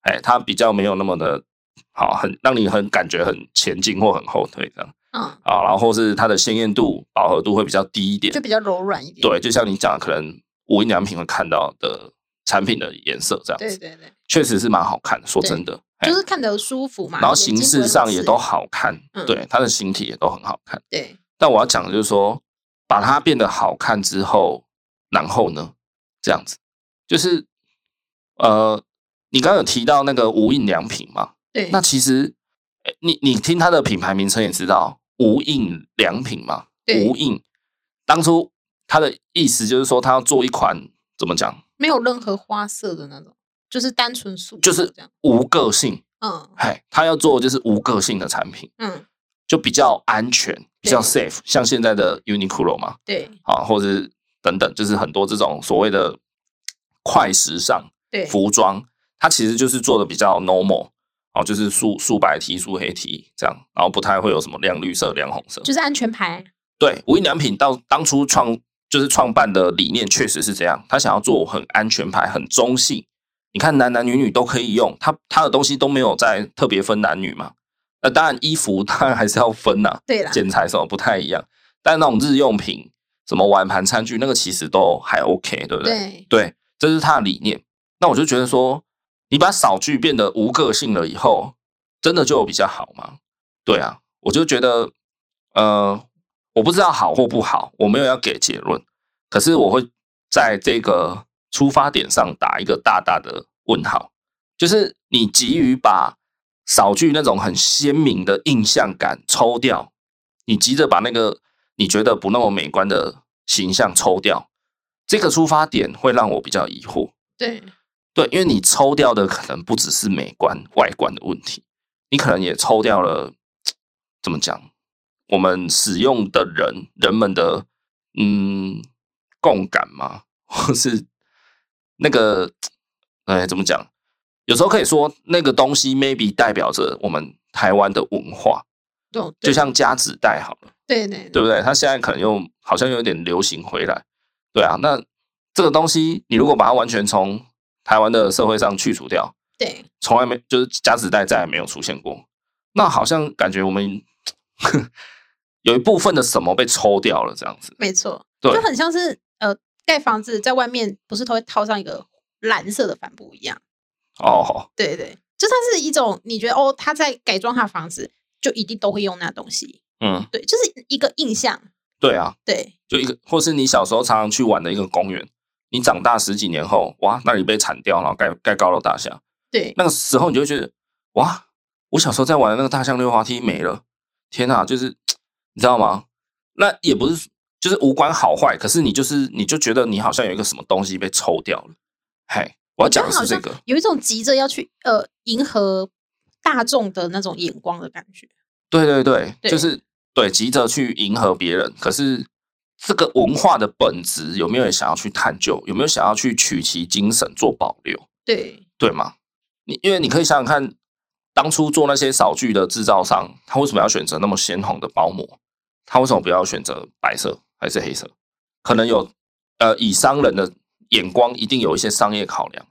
哎，它比较没有那么的好，很让你很感觉很前进或很后退这样
嗯，
啊。然后或是它的鲜艳度、饱和度会比较低一点
就，比较柔软一点，
对，就像你讲的，可能无印良品会看到的产品的颜色这样
对
子，
对对，
确实是蛮好看的。说
对
真的，哎
就是看得舒服嘛，
然后
眼
形
睛不会
式
那么
上也
刺
都
眼，
好看，
嗯
对，它的形体也都很好看。
对，
但我要讲的就是说，把它变得好看之后，然后呢，这样子，就是呃，你刚刚有提到那个无印良品嘛，
对，
那其实诶你你听它的品牌名称也知道，无印良品嘛，
对
无印，当初它的意思就是说，它要做一款怎么讲，
没有任何花色的那种，就是单纯素，
就是
这样。
无个性，
嗯
嘿，它要做的就是无个性的产品，
嗯，
就比较安全，比较
对
safe，像现在的 Uniqlo 嘛，
对
啊，或者是等等，就是很多这种所谓的快时尚
对
服装，它其实就是做的比较 normal，哦，就是素素白 T、素黑 T 这样，然后不太会有什么亮绿色、亮红色。
就是安全牌，
对，无印良品到当初创就是创办的理念确实是这样，他想要做很安全牌、很中性。你看男男女女都可以用，他他的东西都没有在特别分男女嘛。那当然衣服当然还是要分呐、
对啦，
剪裁什么不太一样，但那种日用品，什么碗盘餐具，那个其实都还 OK，对不对？
对
对，这是他的理念。那我就觉得说，你把少句变得无个性了以后，真的就有比较好吗？对啊，我就觉得，呃，我不知道好或不好，我没有要给结论，可是我会在这个出发点上打一个大大的问号，就是你急于把少句那种很鲜明的印象感抽掉，你急着把那个你觉得不那么美观的形象抽掉，这个出发点会让我比较疑惑。
对
对，因为你抽掉的可能不只是美观外观的问题，你可能也抽掉了怎么讲，我们使用的人人们的嗯共感吗？或是那个哎怎么讲？有时候可以说那个东西 maybe 代表着我们台湾的文化，
对，
就像夹子带好了。
对对
对不对？它现在可能又好像有点流行回来，对啊。那这个东西，你如果把它完全从台湾的社会上去除掉，
对
从来没就是夹子带再也没有出现过，那好像感觉我们 有一部分的什么被抽掉了，这样子。
没错，
对
就很像是呃盖房子在外面不是都会套上一个蓝色的帆布一样，
哦，
对对，就它是一种你觉得哦他在改装他房子就一定都会用那东西，
嗯，
对，就是一个印象，
对啊，
对
就一个，或是你小时候常常去玩的一个公园，你长大十几年后，哇，那里被铲掉，然后盖盖高楼大厦，
对
那个时候你就会觉得，哇，我小时候在玩的那个大象溜滑梯没了，天哪、就是你知道吗？那也不是就是无关好坏，可是你就是你就觉得你好像有一个什么东西被抽掉了，嘿，我要讲的是这个，
有一种急着要去呃迎合大众的那种眼光的感觉，
对对对，
对
就是对急着去迎合别人，可是这个文化的本质有没有人想要去探究，有没有想要去取其精神做保留？
对
对吗？你因为你可以想想看，当初做那些少剧的制造商，他为什么要选择那么鲜红的包膜？他为什么不要选择白色还是黑色？可能有呃，以商人的眼光，一定有一些商业考量。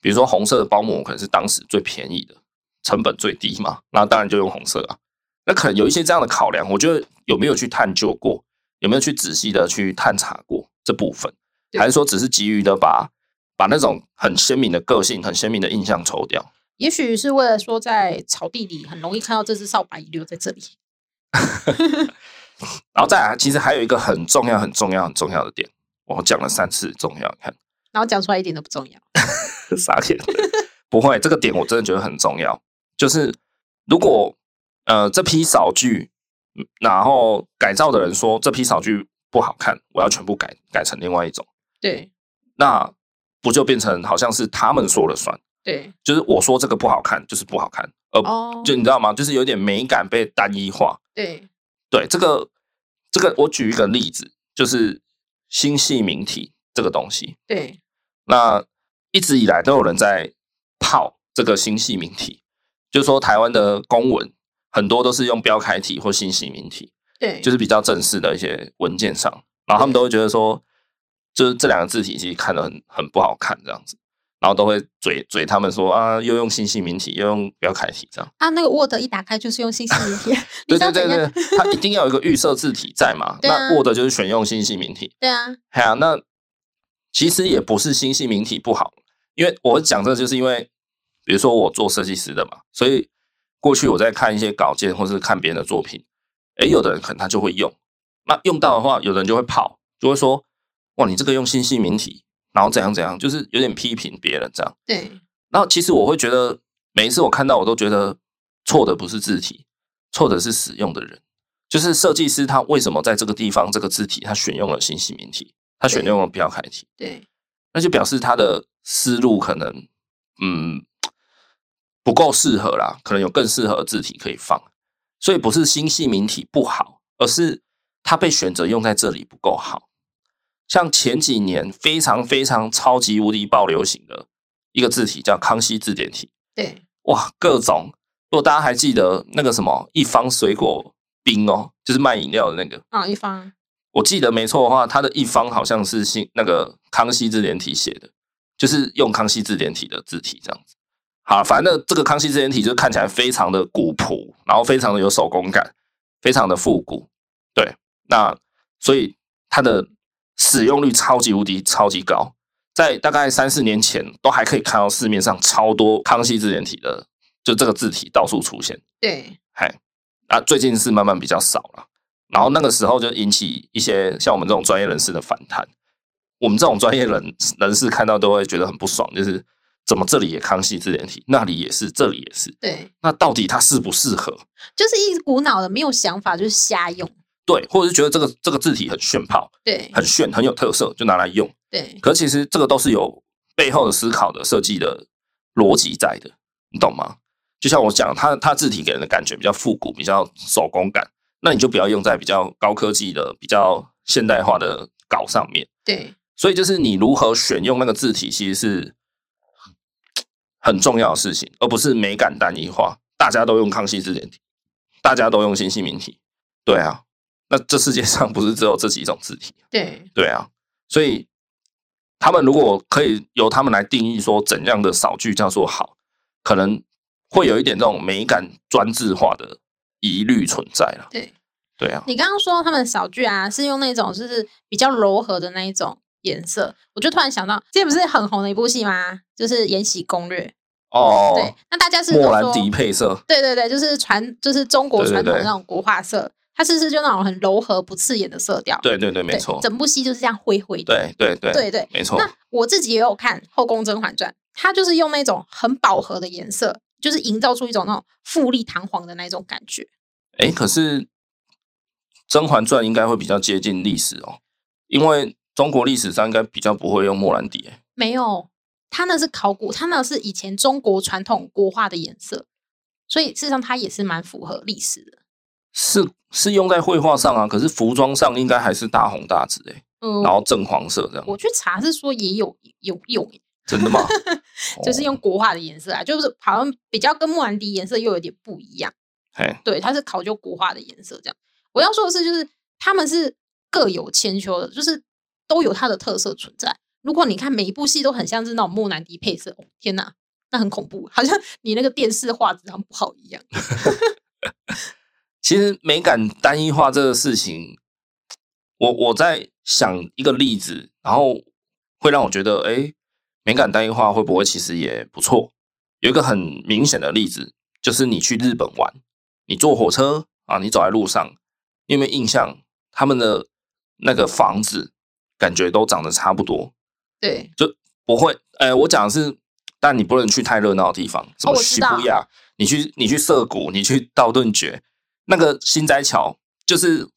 比如说红色的包膜可能是当时最便宜的，成本最低嘛，那当然就用红色啊。那可能有一些这样的考量，我觉得有没有去探究过，有没有去仔细的去探查过这部分，
对
还是说只是急于的把把那种很鲜明的个性、很鲜明的印象抽掉？
也许是为了说在草地里很容易看到这只扫把遗留在这里，
然后再来，其实还有一个很重要、很重要、很重要的点，我讲了三次重要，你看
然后讲出来一点都不重要，
傻眼，不会，这个点我真的觉得很重要，就是如果呃这批少剧，嗯然后改造的人说这批少剧不好看，我要全部改改成另外一种。
对
那不就变成好像是他们说了算？
对
就是我说这个不好看，就是不好看，而
哦
就你知道吗？就是有点美感被单一化。
对
对，这个这个，我举一个例子，就是星系名体这个东西，
对
那一直以来都有人在泡这个星系名体，就是说台湾的公文很多都是用标楷体或星系名体，
对，
就是比较正式的一些文件上，然后他们都会觉得说，就是这两个字体其实看得很很不好看这样子，然后都会嘴嘴他们说啊，又用新系明体，又用标楷体这样。
啊，那个 Word 一打开就是用信息语言， 你
对对
知道
对
怎
对
样？，
它一定要有一个预设字体在嘛。
对啊
那 Word 就是选用新系明体，
对啊，
哎呀、那其实也不是新系明体不好，因为我讲这个就是因为，比如说我做设计师的嘛，所以过去我在看一些稿件或是看别人的作品，诶，有的人可能他就会用，那用到的话，有的人就会跑，就会说，哇，你这个用新系明体，然后怎样怎样，就是有点批评别人这样。
对
然后其实我会觉得，每一次我看到我都觉得错的不是字体，错的是使用的人，就是设计师他为什么在这个地方这个字体他选用了新型明体，他选用了标楷体，
对
那就表示他的思路可能嗯不够适合啦，可能有更适合的字体可以放，所以不是新系明体不好，而是它被选择用在这里不够好。像前几年非常非常超级无敌爆流行的一个字体叫康熙字典体，
对，
哇，各种。如果大家还记得那个什么一方水果冰哦，就是卖饮料的那个，
啊、一方
我记得没错的话，它的一方好像是新那个康熙字典体写的，就是用康熙字典体的字体这样子。好，反正这个康熙字典体就看起来非常的古朴，然后非常的有手工感，非常的复古。对，那所以它的使用率超级无敌超级高，在大概三四年前都还可以看到市面上超多康熙字典体的，就这个字体到处出现。
对，
嗨，啊，最近是慢慢比较少了。然后那个时候就引起一些像我们这种专业人士的反弹。我们这种专业人人士看到都会觉得很不爽，就是怎么这里也康熙字典体，那里也是，这里也是，
对，
那到底它适不适合？
就是一股脑的没有想法，就是瞎用。
对，或者是觉得这个这个字体很炫炮、
对，
很炫、很有特色，就拿来用。
对，
可其实这个都是有背后的思考的设计的逻辑在的，你懂吗？就像我讲，它它字体给人的感觉比较复古，比较手工感，那你就不要用在比较高科技的、比较现代化的稿上面。
对，
所以就是你如何选用那个字体，其实是很重要的事情，而不是美感单一化。大家都用康熙字典体，大家都用新西明体，对啊，那这世界上不是只有这几种字体。
对，
对啊，所以他们如果可以由他们来定义说怎样的少句叫做好，可能会有一点这种美感专制化的疑虑存在了。
对。
对啊，
你刚刚说他们小剧啊，是用那种就是比较柔和的那一种颜色，我就突然想到，之前不是很红的一部戏吗？就是《延禧攻略》。对
哦，，
那大家是
莫
都
兰
说
迪配色，
对对对，就是传，就是中国
对对
传统
对
那种国画色，它是不是就那种很柔和不刺眼的色调？
对对对，没
对
错，
整部戏就是这样灰灰的。
对对对
对对，
没错，
那我自己也有看《后宫甄嬛传》，它就是用那种很饱和的颜色，就是营造出一种那种富丽堂皇的那种感觉。
哎，可是《甄嬛传》应该会比较接近历史哦，因为中国历史上应该比较不会用莫兰迪、诶
没有，它那是考古，它那是以前中国传统国画的颜色，所以事实上它也是蛮符合历史的。
是是用在绘画上啊，可是服装上应该还是大红大紫哎、诶
嗯
然，后正黄色这样，
我去查是说也有有用，
真的吗？ 哦
就是用国画的颜色啊，就是好像比较跟莫兰迪颜色又有点不一样。
哎，
对，它是考究国画的颜色这样。我要说的是，就是他们是各有千秋的，就是都有它的特色存在。如果你看每一部戏都很像是那种莫兰迪配色，哦、天哪，那很恐怖，好像你那个电视画质很不好一样。
其实美感单一化这个事情，我我在想一个例子，然后会让我觉得，哎，美感单一化会不会其实也不错？有一个很明显的例子，就是你去日本玩，你坐火车啊，你走在路上，你有没有印象他们的那个房子感觉都长得差不多？
对，
不会，呃，我讲的是，但你不能去太热闹的地方，什么
哦我
西
知道
伯利亚，你去你去涩谷，你去道顿崛，那个新斋桥，就是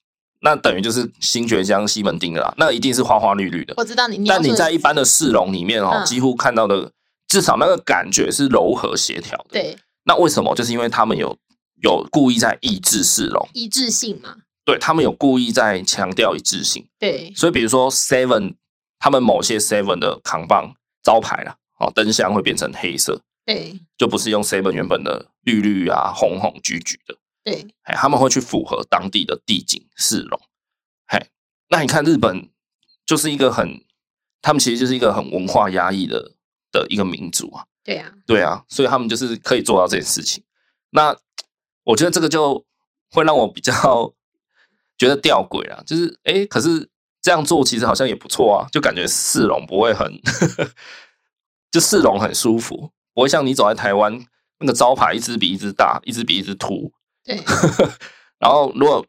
那等于就是新爵江西门町的啦，那一定是花花绿绿的。
我知道哦你。要
但你
说的
在
是
一般的市容里面哦，
嗯
几乎看到的至少那个感觉是柔和协调的。，
对
那为什么？就是因为他们有有故意在抑制市容，
一致性嘛，
对他们有故意在强调一致性。
对
所以比如说 Seven，他们某些 Seven 的扛棒招牌啦，哦，灯箱会变成黑色，
对
就不是用 Seven 原本的绿绿啊、红红橘橘的，
对
哎，他们会去符合当地的地景市容，哎，那你看日本就是一个很，他们其实就是一个很文化压抑的的一个民族啊，
对啊，
对啊，所以他们就是可以做到这件事情。那我觉得这个就会让我比较觉得吊诡啊，就是哎、诶可是这样做其实好像也不错啊，就感觉市容不会很， 就市容很舒服，不会像你走在台湾那个招牌一只比一只大，一只比一只凸。
对
然后如果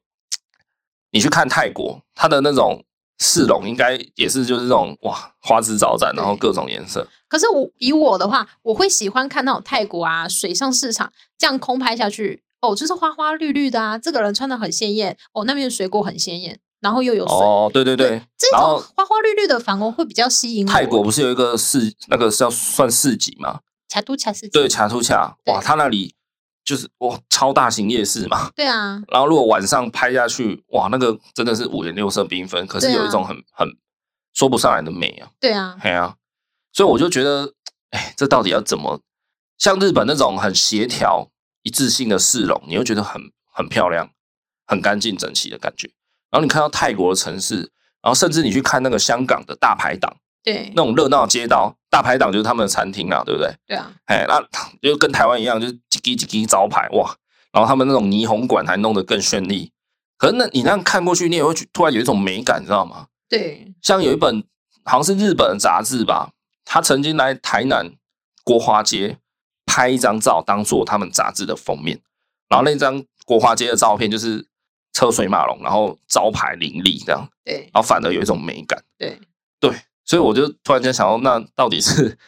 你去看泰国，它的那种市容应该也是就是这种哇花枝招展，然后
对
各种颜色。
可是我以我的话，我会喜欢看那种泰国啊水上市场这样空拍下去，哦，就是花花绿绿的啊，这个人穿的很鲜艳，哦，那边的水果很鲜艳，然后又有水，
哦，对对对，
这
然后
种花花绿绿的反而会比较吸引我。
泰国不是有一个市，那个是要算市集嘛？
卡都卡是
对，卡图卡，哇，
对
他那里就是哇超大型夜市嘛，
对啊，
然后如果晚上拍下去，哇，那个真的是五颜六色缤纷，可是
对啊
有一种很很说不上来的美啊，
对啊，
嘿啊，所以我就觉得，哎，这到底要怎么？像日本那种很协调、一致性的市容，你会觉得很很漂亮、很干净整齐的感觉。然后你看到泰国的城市，然后甚至你去看那个香港的大排档，
对
那种热闹街道，大排档就是他们的餐厅啊，对不对？
对啊，
哎，那就跟台湾一样，就是几几几几招牌哇，然后他们那种霓虹管还弄得更绚丽。可是那你那样看过去，你也会觉突然有一种美感，你知道吗？
对，
像有一本好像是日本的杂志吧，他曾经来台南国华街拍一张照，当做他们杂志的封面。然后那张国华街的照片就是车水马龙，然后招牌林立这样，
对，
然后反而有一种美感。
对
对，所以我就突然间想到，那到底是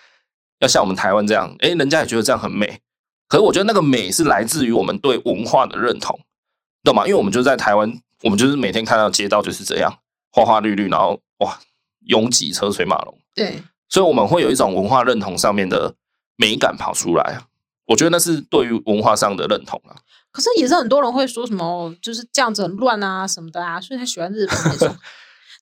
要像我们台湾这样？诶，人家也觉得这样很美，可是我觉得那个美是来自于我们对文化的认同，懂吗？因为我们就在台湾，我们就是每天看到街道就是这样花花绿绿，然后哇拥挤车水马龙，
对，
所以我们会有一种文化认同上面的美感跑出来啊。我觉得那是对于文化上的认同啊。
可是也是很多人会说什么哦就是这样子很乱啊什么的啊，所以才喜欢日本那 种。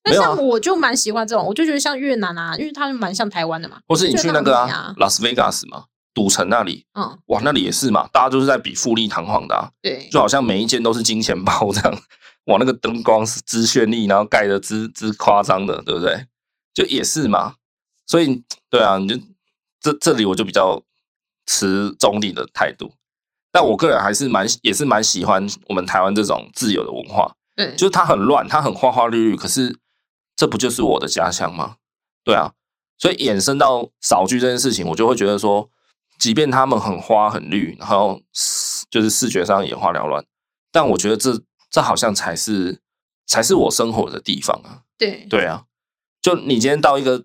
那
没有啊
像我就蛮喜欢这种，我就觉得像越南啊，因为他们蛮像台湾的嘛。
或是你
就
去
那
那个
种美
啊
啊，
拉斯维加斯嘛，赌城那里，
嗯，
哇，那里也是嘛，大家就是在比富丽堂皇的、啊。
对
就好像每一间都是金钱豹这样，哇，那个灯光是之绚丽，然后盖的之之夸张的，对不对？就也是嘛，所以对啊，你就这这里我就比较持中立的态度，但我个人还是蛮也是蛮喜欢我们台湾这种自由的文化，
对，
就是它很乱，它很花花绿绿，可是这不就是我的家乡吗？对啊，所以衍生到扫剧这件事情，我就会觉得说，即便他们很花很绿，然后视就是视觉上眼花缭乱，但我觉得这这好像才是才是我生活的地方啊。
对
对啊，就你今天到一个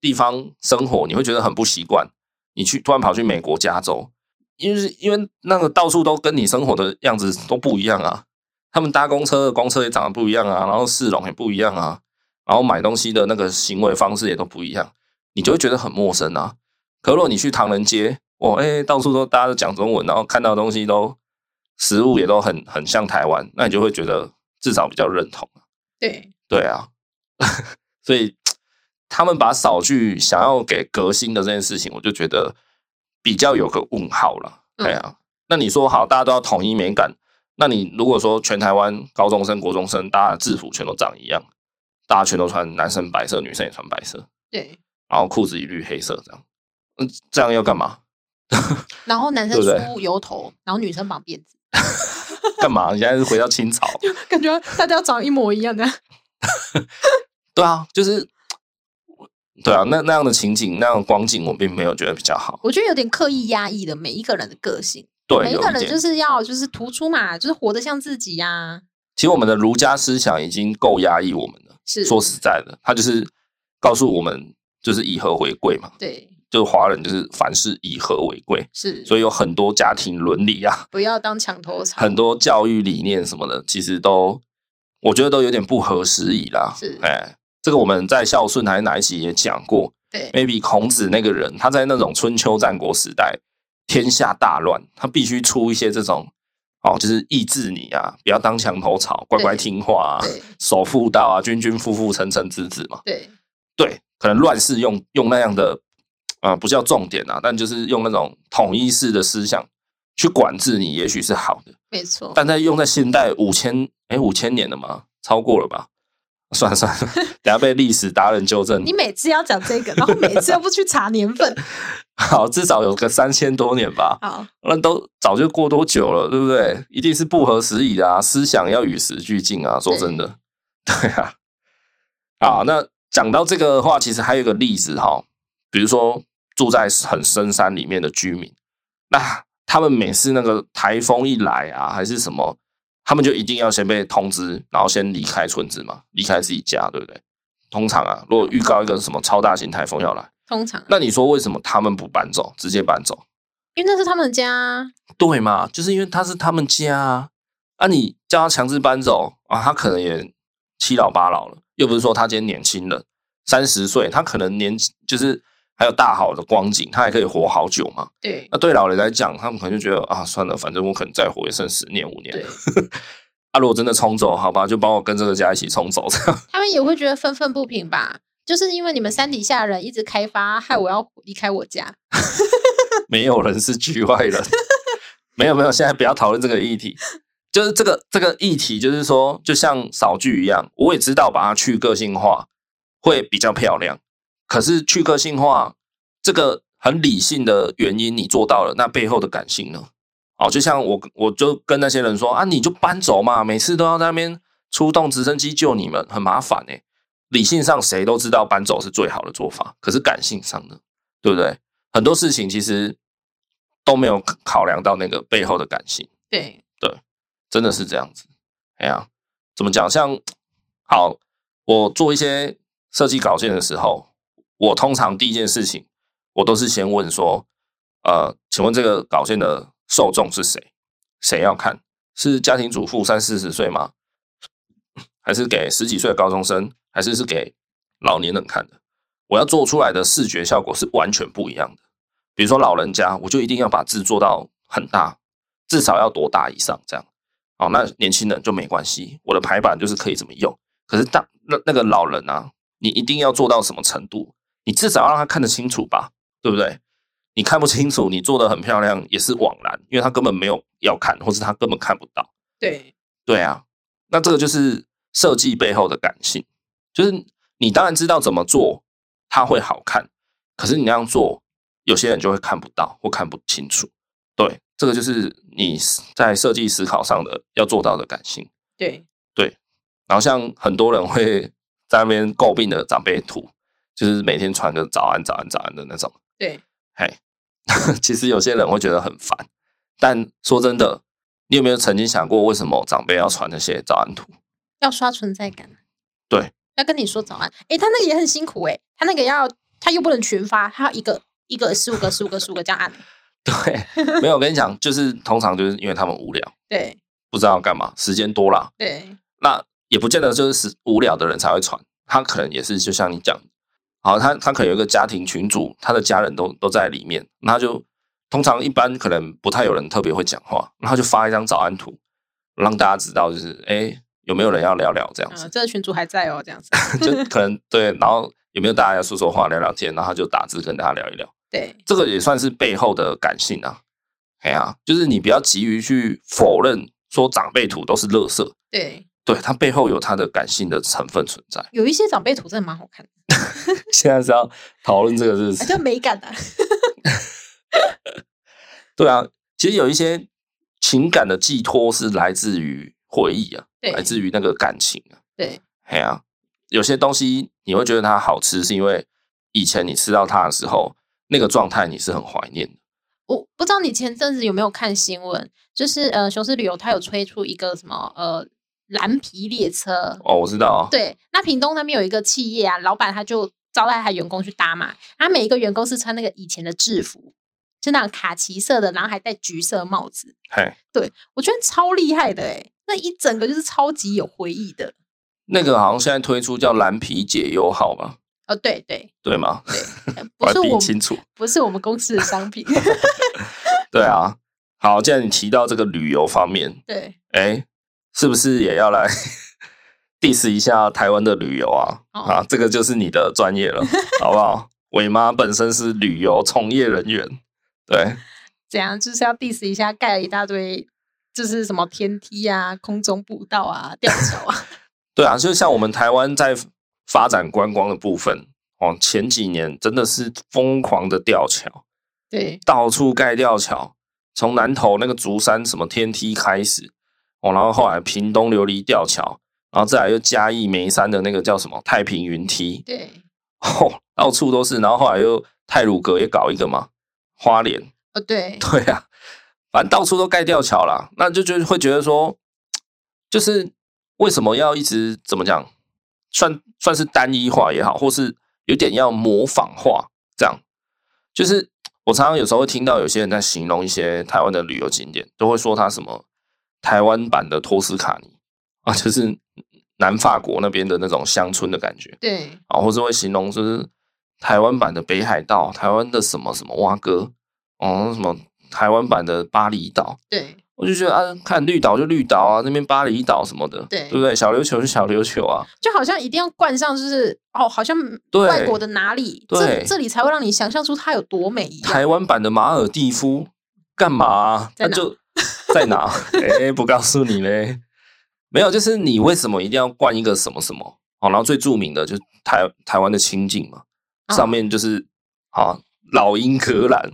地方生活，你会觉得很不习惯。你去突然跑去美国加州，因为因为那个到处都跟你生活的样子都不一样啊。他们搭公车的公车也长得不一样啊，然后市容也不一样啊，然后买东西的那个行为方式也都不一样，你就会觉得很陌生啊。可若你去唐人街，哦，哎、到处都大家都讲中文，然后看到的东西都食物也都很很像台湾，那你就会觉得至少比较认同。
对
对啊， 所以他们把扫剧想要给革新的这件事情，我就觉得比较有个问号了。
嗯
对啊，那你说好，大家都要统一美感，那你如果说全台湾高中生、国中生，大家的制服全都长一样，大家全都穿男生白色，女生也穿白色，
对。
然后裤子一律黑色，这样，嗯，这样要干嘛？
然后男生
对不对
梳油头，然后女生绑辫子，
干嘛？你现在是回到清 朝？
感觉大家长一模一样的。
对啊，就是。对啊，那那样的情景，那样的光景，我并没有觉得比较好。
我觉得有点刻意压抑了每一个人的个性，
对，
每一
有
个
一
人
点
就是要就是突出嘛，就是活得像自己呀、
其实我们的儒家思想已经够压抑我们了。
是，
说实在的，他就是告诉我们，就是以和为贵嘛，
对，
就是华人就是凡事以和为贵，
是，
所
以
以有很多家庭伦理啊，
不要当墙头草，
很多教育理念什么的，其实都我觉得都有点不合时宜啦。
是
哎，这个我们在孝顺还是哪一集也讲过
对
，maybe 孔子那个人，他在那种春秋战国时代，天下大乱，他必须出一些这种。哦，就是抑制你啊，不要当墙头草，乖乖
对
听话啊。
对
守妇道啊，君君父父，臣臣子子嘛。
对
对，可能乱世用用那样的，呃，不叫重点啊，但就是用那种统一式的思想去管制你，也许是好的。
没错，
但在用在现代五千，哎，五千年了吗？超过了吧？算了算了， 等下被历史达人纠正
你。每次要讲这个，然后每次又不去查年 份，
好，至少有个三千多年吧，
好，
那都早就过多久了，对不对？一定是不合时宜的啊，思想要与时俱进啊。说真的， 对啊。好，那讲到这个的话，其实还有一个例子哈、比如说住在很深山里面的居民，那他们每次那个台风一来啊，还是什么，他们就一定要先被通知，然后先离开村子嘛，离开自己家，对不对？通常啊，如果预告一个什么超大型台风要来，
通常，
那你说为什么他们不搬走，直接搬走？
因为那是他们的家啊，
对嘛，就是因为他是他们家啊，啊，你叫他强制搬走啊，他可能也七老八老了，又不是说他今天年轻人，三十岁，他可能年纪就是还有大好的光景，他还可以活好久嘛。
对
那对老人来讲，他们可能就觉得啊，算了，反正我可能再活也剩十年五年。
对，
啊，如果真的冲走，好吧，就帮我跟这个家一起冲走，这样
他们也会觉得愤愤不平吧？就是因为你们山底下人一直开发，害我要离开我家。
没有人是局外人。没有没有，现在不要讨论这个议题，就是这个这个议题，就是说，就像扫剧一样，我也知道把它去个性化会比较漂亮，可是去个性化这个很理性的原因你做到了，那背后的感性呢？哦，就像我我就跟那些人说啊，你就搬走嘛，每次都要在那边出动直升机救你们，很麻烦哎、理性上谁都知道搬走是最好的做法，可是感性上呢，对不对？很多事情其实都没有考量到那个背后的感性。
对，
真的是这样子。哎呀、怎么讲？像好，我做一些设计稿件的时候，我通常第一件事情，我都是先问说，呃，请问这个稿件的受众是谁？谁要看？是家庭主妇三四十岁吗？还是给十几岁的高中生？还是是给老年人看的？我要做出来的视觉效果是完全不一样的。比如说老人家，我就一定要把字做到很大，至少要多大以上这样。哦，那年轻人就没关系，我的排版就是可以怎么用。可是大那那个老人啊，你一定要做到什么程度？你至少要让他看得清楚吧，对不对？你看不清楚，你做的很漂亮也是枉然，因为他根本没有要看，或是他根本看不到。
对，
对啊，那这个就是设计背后的感性，就是你当然知道怎么做它会好看，可是你那样做，有些人就会看不到或看不清楚。对，这个就是你在设计思考上的要做到的感性。
对，
然后像很多人会 在那边诟病的长辈图，就是每天传个早安、早安、早安的那种。
对，
嘿，其实有些人会觉得很烦，但说真的，你有没有曾经想过，为什么长辈要传那些早安图？
要刷存在感。
对，
要跟你说早安。诶，他那个也很辛苦诶，他那个要他又不能群发，他要一个一个十五个十五个十五个这样按。
对，没有，我跟你讲，就是通常就是因为他们无聊，
对
不知道干嘛，时间多啦，
对
那也不见得就是时无聊的人才会传，他可能也是就像你讲，好，他他可能有一个家庭群组，他的家人都都在里面，那他就通常一般可能不太有人特别会讲话，然后就发一张早安图，让大家知道就是哎、诶有没有人要聊聊这样子
嗯，，这个群主还在哦，这样子。
就可能对，然后有没有大家要说说话聊聊天，然后他就打字跟大家聊一聊，
对
这个也算是背后的感性啊，哎呀、就是你不要急于去否认说长辈图都是垃圾，
对，
对，它背后有它的感性的成分存在。
有一些长辈图真的蛮好看的，
现在是要讨论这个日
啊
子，
叫美感的、啊。
对啊，其实有一些情感的寄托是来自于回忆啊，
对
来自于那个感情啊，
对
哎呀、有些东西你会觉得它好吃，是因为以前你吃到它的时候，那个状态你是很怀念的。
我不知道你前阵子有没有看新闻，就是呃，雄狮旅游它有推出一个什么呃蓝皮列车，
哦，我知道啊，
对，那屏东那边有一个企业啊，老板他就招待他员工去搭嘛，他每一个员工是穿那个以前的制服，是那种卡其色的，然后还戴橘色帽子，
嘿，
我觉得超厉害的诶、欸那一整个就是超级有回忆的。
那个好像现在推出叫蓝皮解忧号吧，
哦，对对，
对吗？
呃
我
不
还比
是我
你
们
清楚。
不是我们公司的 商品，
对啊，好，既然你提到这个旅游方面，
对，
哎，是不是也要来 diss 一下台湾的旅游啊？
哦
啊，这个就是你的专业了，好不好？伟妈本身是旅游从业人员，对，
怎样就是要 diss 一下，盖了一大堆。就是什么天梯啊、空中步道啊、吊桥啊，
对啊，就像我们台湾在发展观光的部分，哦，前几年真的是疯狂的吊桥，
对
到处盖吊桥，从南投那个竹山什么天梯开始，哦，然后后来屏东琉璃吊桥，然后再来又嘉义梅山的那个叫什么太平云梯，
对，
哦，到处都是。然后后来又泰鲁阁也搞一个嘛，花莲，
哦对，
对啊，反正到处都盖吊桥啦。那就就会觉得说，就是为什么要一直怎么讲，算算是单一化也好，或是有点要模仿化这样。就是我常常有时候会听到有些人在形容一些台湾的旅游景点，都会说它什么台湾版的托斯卡尼啊，就是南法国那边的那种乡村的感觉。
对
啊，或是会形容就是台湾版的北海道，台湾的什么什么蛙哥，哦，什么台湾版的巴厘岛，
对
我就觉得啊，看绿岛就绿岛啊，那边巴厘岛什么的，
对
不对？小琉球就小琉球啊，
就好像一定要冠上就是哦，好像
对
外国的哪里，
对
这这里才会让你想象出它有多美一样。
台湾版的马尔蒂夫干嘛啊、
在
那
哪
就在哪？ 哎、不告诉你嘞。没有，就是你为什么一定要冠一个什么什么？好，然后最著名的就是台台湾的清境嘛，
哦
上面就是啊老鹰荷 兰，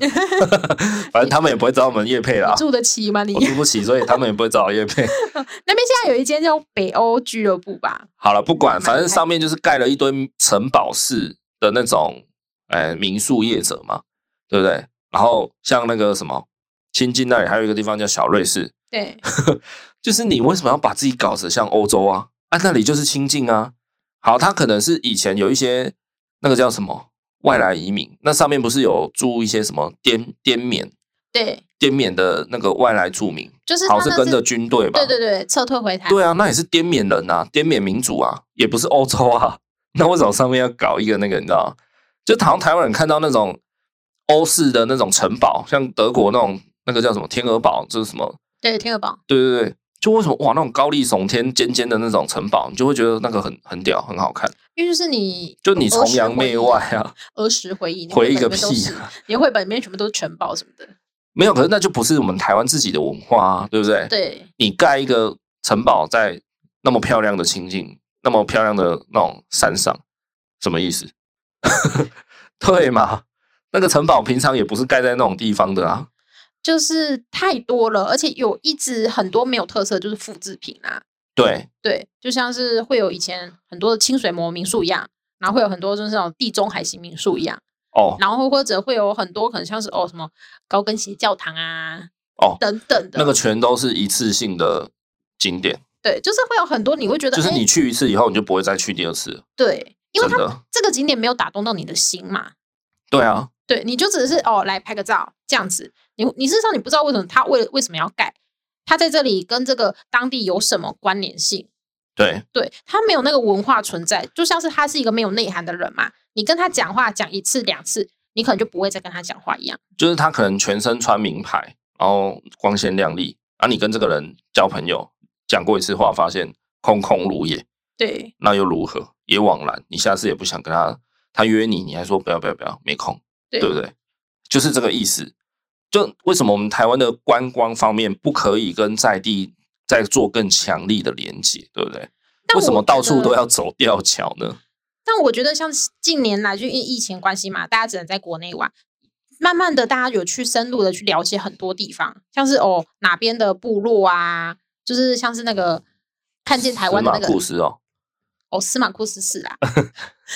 反正他们也不会找我们叶配啦
你，住得起吗你？
我住不起，所以他们也不会找我叶配。
那边现在有一间叫北欧俱乐部吧？
好了，不管，反正上面就是盖了一堆城堡式的那种，呃，民宿业者嘛，对不对？然后像那个什么新津那里还有一个地方叫小瑞士，
对，
就是你为什么要把自己搞得像欧洲啊？啊，那里就是清境啊。好，它可能是以前有一些那个叫什么外来移民，那上面不是有住一些什么滇滇缅
对，
滇缅的那个外来住民，
就是
好
它
是
那
跟着军队吧？
对对对，撤退回台。
对啊，那也是滇缅人啊，滇缅民族啊，也不是欧洲啊。 那为什么上面要搞一个那个？你知道吗，就好像台湾人看到那种欧式的那种城堡，像德国那种那个叫什么天鹅堡，就是什么？
对，天鹅堡。
对对对，就为什么哇那种高丽耸天、尖尖的那种城堡，你就会觉得那个很很屌，很好看。
因为就是你，
就你崇洋媚外啊，
儿时回忆，
回一
你
个
的绘本里面都
屁
是
啊！
你的绘本里面全部都是城堡什么的。
没有，可是那就不是我们台湾自己的文化啊，对不对？
对，
你盖一个城堡在那么漂亮的情境，那么漂亮的那种山上，什么意思？ 对嘛？那个城堡平常也不是盖在那种地方的啊。
就是太多了，而且有一直很多没有特色，就是复制品啊。
对
对，就像是会有以前很多的清水模民宿一样，然后会有很多就是那种地中海型民宿一样，
哦，
然后或者会有很多可能像是哦什么高跟鞋教堂啊，
哦
等等的，
那个全都是一次性的景点，
对，就是会有很多你会觉得
就是
哎
你去一次以后，你就不会再去第二次了，
对，因为
真
它
的。
这个景点没有打动到你的心嘛，
对啊，
对，你就只是哦来拍个照这样子，你你事实上你不知道为什么他为为什么要盖，他在这里跟这个当地有什么关联性？
对
对他没有那个文化存在，就像是他是一个没有内涵的人嘛。你跟他讲话讲一次两次，你可能就不会再跟他讲话一样。
就是他可能全身穿名牌，然后光鲜亮丽，啊，你跟这个人交朋友，讲过一次话，发现空空如也，
对
那又如何？也枉然，你下次也不想跟他，他约你，你还说不要不要不要，没空，
对
对不对？就是这个意思。就为什么我们台湾的观光方面不可以跟在地再做更强力的连接，对不对？
但
为什么
我觉
到处
得
都要走吊桥呢？
但我觉得像近年来就因为疫情关系嘛，大家只能在国内玩。慢慢的，大家有去深入的去了解很多地方，像是哦哪边的部落啊，就是像是那个看见台湾的那
司马
个
库斯哦，啊
哦司马库斯是 啦。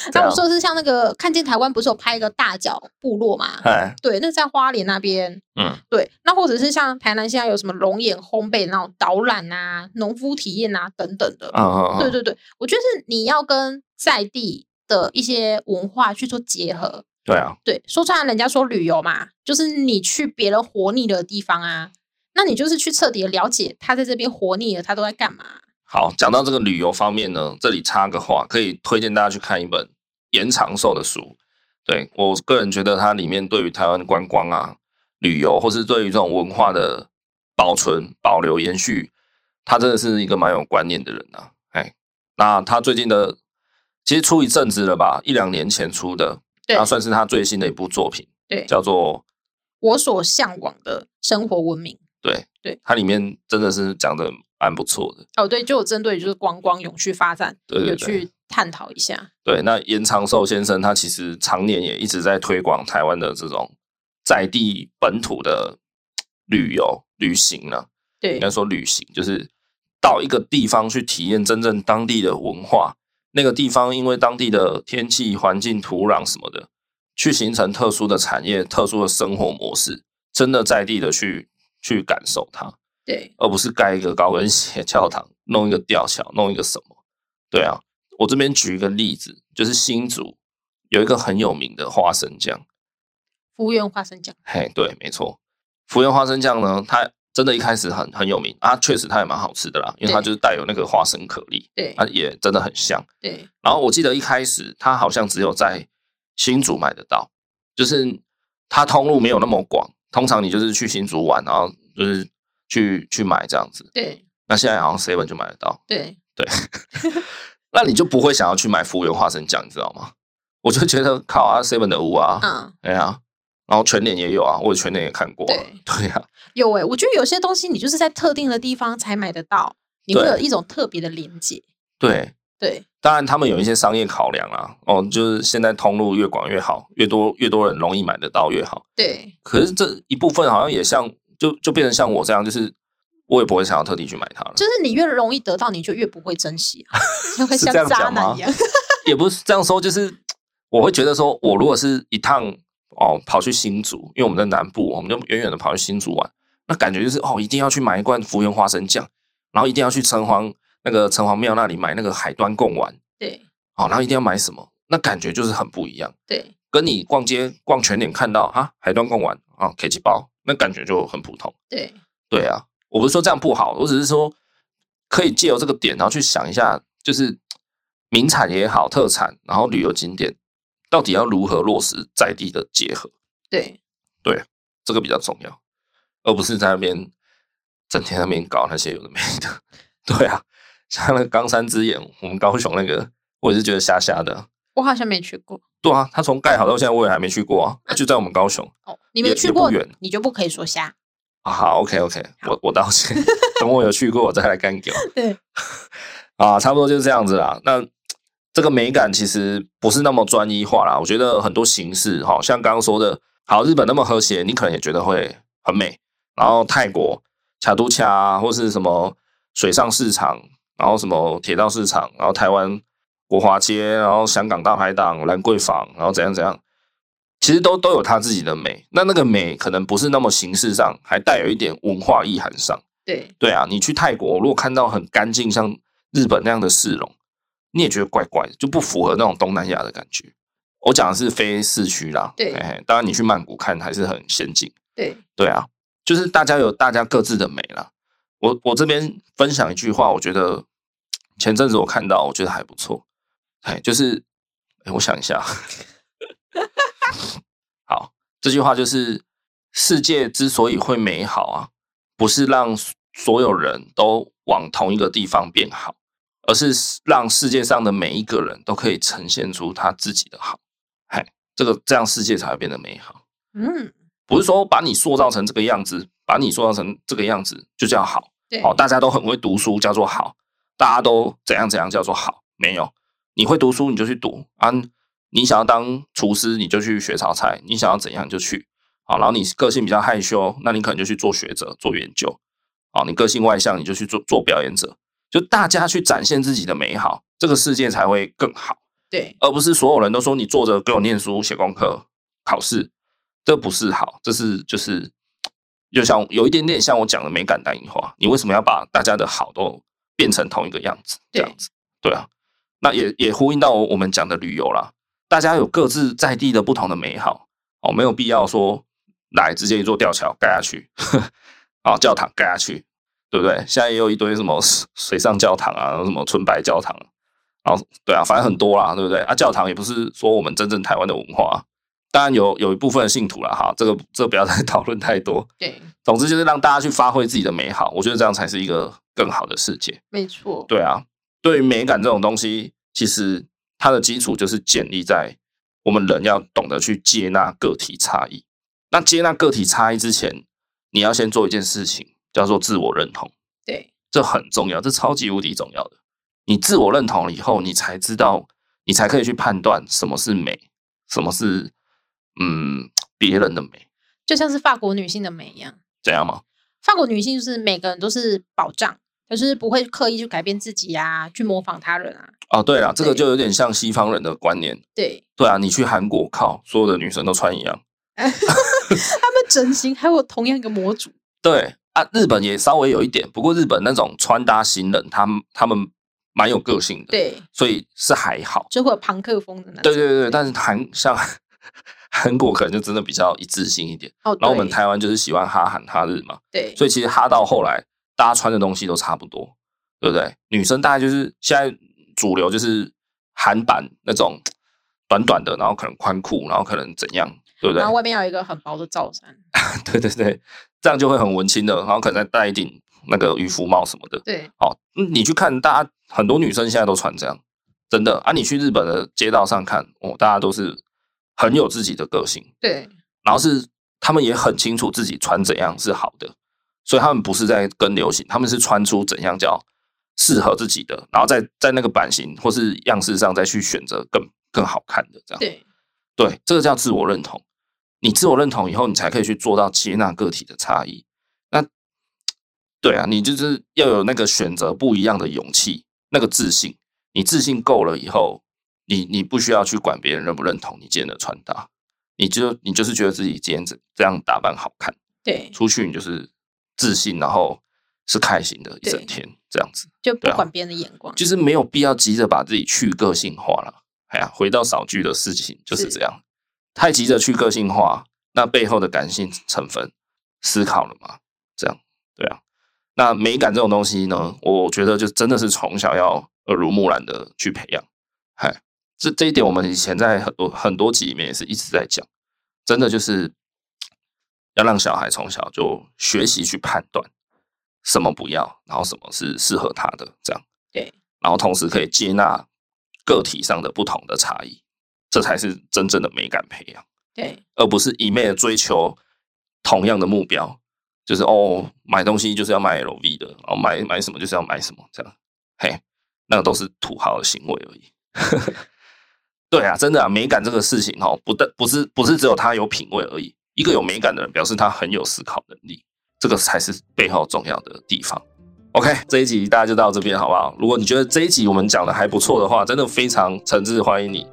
怎
那
样
我说的是像那个看见台湾不是有拍一个大脚部落嘛？
哎，
对，那在花莲那边，
嗯，
对，那或者是像台南现在有什么龙眼烘焙那种导览啊、农夫体验啊等等的，
嗯嗯
对
嗯，
对对，我觉得是你要跟在地的一些文化去做结合。
对啊，
对，说穿了，人家说旅游嘛，就是你去别人活腻的地方啊，那你就是去彻底的了解他在这边活腻了，他都在干嘛。
好，讲到这个旅游方面呢，这里插个话，可以推荐大家去看一本严长寿的书。对我个人觉得，它里面对于台湾观光啊、旅游，或是对于这种文化的保存、保留、延续，他真的是一个蛮有观念的人啊。哎，那他最近的其实出一阵子了吧，一两年前出的，
对
那算是他最新的一部作品，
对，
叫做
我所向往的生活文明。
对
对，
它里面真的是讲的蛮不错的。
哦，对，就有针对就是观光永续发展，
对对
有
对
去探讨一下。
对，那严长寿先生他其实常年也一直在推广台湾的这种在地本土的旅游旅行啊，
对
应该说旅行就是到一个地方去体验真正当地的文化，那个地方因为当地的天气、环境、土壤什么的，去形成特殊的产业、特殊的生活模式，真的在地的去去感受它。
对
而不是盖一个高跟鞋 教堂，弄一个吊桥，弄一个什么？对啊，我这边举一个例子，就是新竹有一个很有名的花生酱，
服务员花生酱，
嘿，对，没错，福源花生酱呢，它真的一开始很很有名啊，确实它也蛮好吃的啦，因为它
对
就是带有那个花生颗粒，
对
啊，也真的很香。
对
然后我记得一开始它好像只有在新竹买得到，就是它通路没有那么广，通常你就是去新竹玩，然后就是去去买这样子。
对
那现在好像 seven 就买得到，
对，
那你就不会想要去买服务员花生酱，你知道吗？我就觉得靠啊 seven 的屋啊，
嗯，
哎呀，然后全脸也有啊，我全脸也看过啊、
对
对呀、
有欸诶、我觉得有些东西你就是在特定的地方才买得到，你会
对
有一种特别的连接。
对，
对，
当然，他们有一些商业考量啊，哦，就是现在通路越广越好，越多越多人容易买得到越好。
对，
可是这一部分好像也像，就就变成像我这样，就是我也不会想要特地去买它了，
就是你越容易得到，你就越不会珍惜、 啊，就会
是
像
这样
渣
讲
男
吗
一样。
也不是这样说，就是我会觉得说，我如果是一趟哦跑去新竹，因为我们在南部，我们就远远的跑去新竹玩，那感觉就是哦，一定要去买一罐福源花生酱，然后一定要去城隍那个城隍庙那里买那个海端贡丸，
对
哦，然后一定要买什么，那感觉就是很不一样。
对
跟你逛街逛全脸看到哈海端贡丸啊 K 七包，那感觉就很普通。
对
对啊，我不是说这样不好，我只是说可以借由这个点，然后去想一下，就是嘖名产也好，特产，然后旅游景点到底要如何落实在地的结合，
对
这个比较重要，而不是在那边整天在那边搞那些有的没的。 对啊，像那个冈山之眼，我们高雄那个，我也是觉得瞎瞎的。
我好像没去过
对啊，他从盖好到现在，我也还没去过啊，啊就在我们高雄。
哦，你没
也
去
也不
过
远，
你就不可以说瞎。
啊，好，OK OK，我我道歉，等我有去过，我再来干掉
对
啊，差不多就是这样子啦。那这个美感其实不是那么专一化啦，我觉得很多形式，好像刚刚说的，好，日本那么和谐，你可能也觉得会很美。然后泰国卡都卡啊，或是什么水上市场，然后什么铁道市场，然后台湾国华街，然后香港大排档、兰桂坊，然后怎样怎样，其实都都有它自己的美。那那个美可能不是那么形式上，还带有一点文化意涵上。
对
对啊，你去泰国，如果看到很干净像日本那样的市容，你也觉得怪怪的，就不符合那种东南亚的感觉。我讲的是非市区啦，
对
嘿嘿当然你去曼谷看还是很先进，
对
对啊，就是大家有大家各自的美啦。我我这边分享一句话，我觉得前阵子我看到，我觉得还不错，哎，就是，哎，我想一下， 好，这句话就是：世界之所以会美好啊，不是让所有人都往同一个地方变好，而是让世界上的每一个人都可以呈现出他自己的好。嗨，这个这样世界才会变得美好。
嗯，
不是说把你塑造成这个样子，把你塑造成这个样子就叫好。
对
好、大家都很会读书叫做好，大家都怎样怎样叫做好。没有，你会读书你就去读啊，你想要当厨师你就去学炒菜，你想要怎样你就去。好，然后你个性比较害羞，那你可能就去做学者、做研究。好，你个性外向，你就去做做表演者。就大家去展现自己的美好，这个世界才会更好。
对
而不是所有人都说你坐着给我念书、写功课、考试，这不是好，这是就是就像有一点点像我讲的美感单一化，你为什么要把大家的好都变成同一个样子？这
对
样子，对啊，那也也呼应到我们讲的旅游啦，大家有各自在地的不同的美好哦，没有必要说来直接一座吊桥盖下去， 啊，教堂盖下去，对不对？现在也有一堆什么水水上教堂啊，什么纯白教堂，然后对啊，反正很多啦，对不对？啊，教堂也不是说我们真正台湾的文化啊、当然有有一部分的信徒啦，哈，这个这个不要再 讨论太多。
对，
总之就是让大家去发挥自己的美好，我觉得这样才是一个更好的世界。
没错，
对啊，对于美感这种东西，其实它的基础就是建立在我们人要懂得去接纳个体差异。那接纳个体差异之前，你要先做一件事情，叫做自我认同。
对
这很重要，这超级无敌重要的。你自我认同了以后，你才知道，你才可以去判断什么是美，什么是嗯别人的美，
就像是法国女性的美一样，
这样吗？
法国女性就是每个人都是保障，就是不会刻意去改变自己啊，去模仿他人啊。
哦，对了，这个
对
就有点像西方人的观念。
对
对啊，你去韩国，靠，所有的女生都穿一样。
他们整形还有同样一个模组，
对啊，日本也稍微有一点，不过日本那种穿搭型人，他们他们蛮有个性的，，
对，
所以是还好。
就会有朋克风的那
对
种。
对对，但是韩像 韩国可能就真的比较一致性一点，
哦，
然后我们
对
台湾就是喜欢哈韩哈日嘛。
对
所以其实哈到后来，大家穿的东西都差不多，对不对？女生大概就是现在主流就是韩版那种短短的，然后可能宽裤，然后可能怎样，对不对
然后？外面要有一个很薄的罩衫，
对对对，这样就会很文青的，然后可能再戴一顶那个渔夫帽什么的。
对，
好，嗯你去看大家很多女生现在都穿这样，真的啊！你去日本的街道上看，哦，大家都是很有自己的个性，
对，
然后是他们也很清楚自己穿怎样是好的，所以他们不是在跟流行，他们是穿出怎样叫适合自己的，然后在在那个版型或是样式上再去选择更更好看的这样。
对，
对，这个叫自我认同。你自我认同以后，你才可以去做到接纳个体的差异。那对啊，你就是要有那个选择不一样的勇气，那个自信。你自信够了以后，你你不需要去管别人认不认同你今天的穿搭，你就你就是觉得自己今天这这样打扮好看，
对，
出去你就是自信，然后是开心的一整
对
天这样子。
就不
对啊
管别人的眼光，
就是没有必要急着把自己去个性化了。哎呀，回到少句的事情就是这样，太急着去个性化，那背后的感性成分思考了吗？这样对啊。那美感这种东西呢，我觉得就真的是从小要耳濡目染的去培养。嗨，这这一点我们以前在很多很多集里面也是一直在讲，真的就是要让小孩从小就学习去判断什么不要，然后什么是适合他的这样。然后同时可以接纳个体上的不同的差异，这才是真正的美感培养，
对，
而不是一昧的追求同样的目标，就是哦，买东西就是要买 LV 的，然后买买什么就是要买什么这样，嘿，那都是土豪的行为而已。 对啊，真的啊，美感这个事情哦，不但不是不是只有他有品味而已，一个有美感的人表示他很有思考能力，这个才是背后重要的地方。OK，这一集大家就到这边好不好？如果你觉得这一集我们讲的还不错的话，真的非常诚挚欢迎你，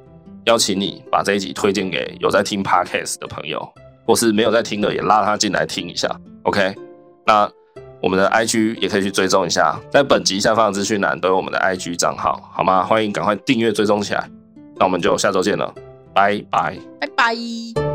邀请你把这一集推荐给有在听 Podcast 的朋友，或是没有在听的也拉他进来听一下。OK，那我们的 IG 也可以去追踪一下，在本集下方的资讯栏都有我们的 IG 账号，好吗？欢迎赶快订阅追踪起来。那我们就下周见了，拜拜。
拜拜。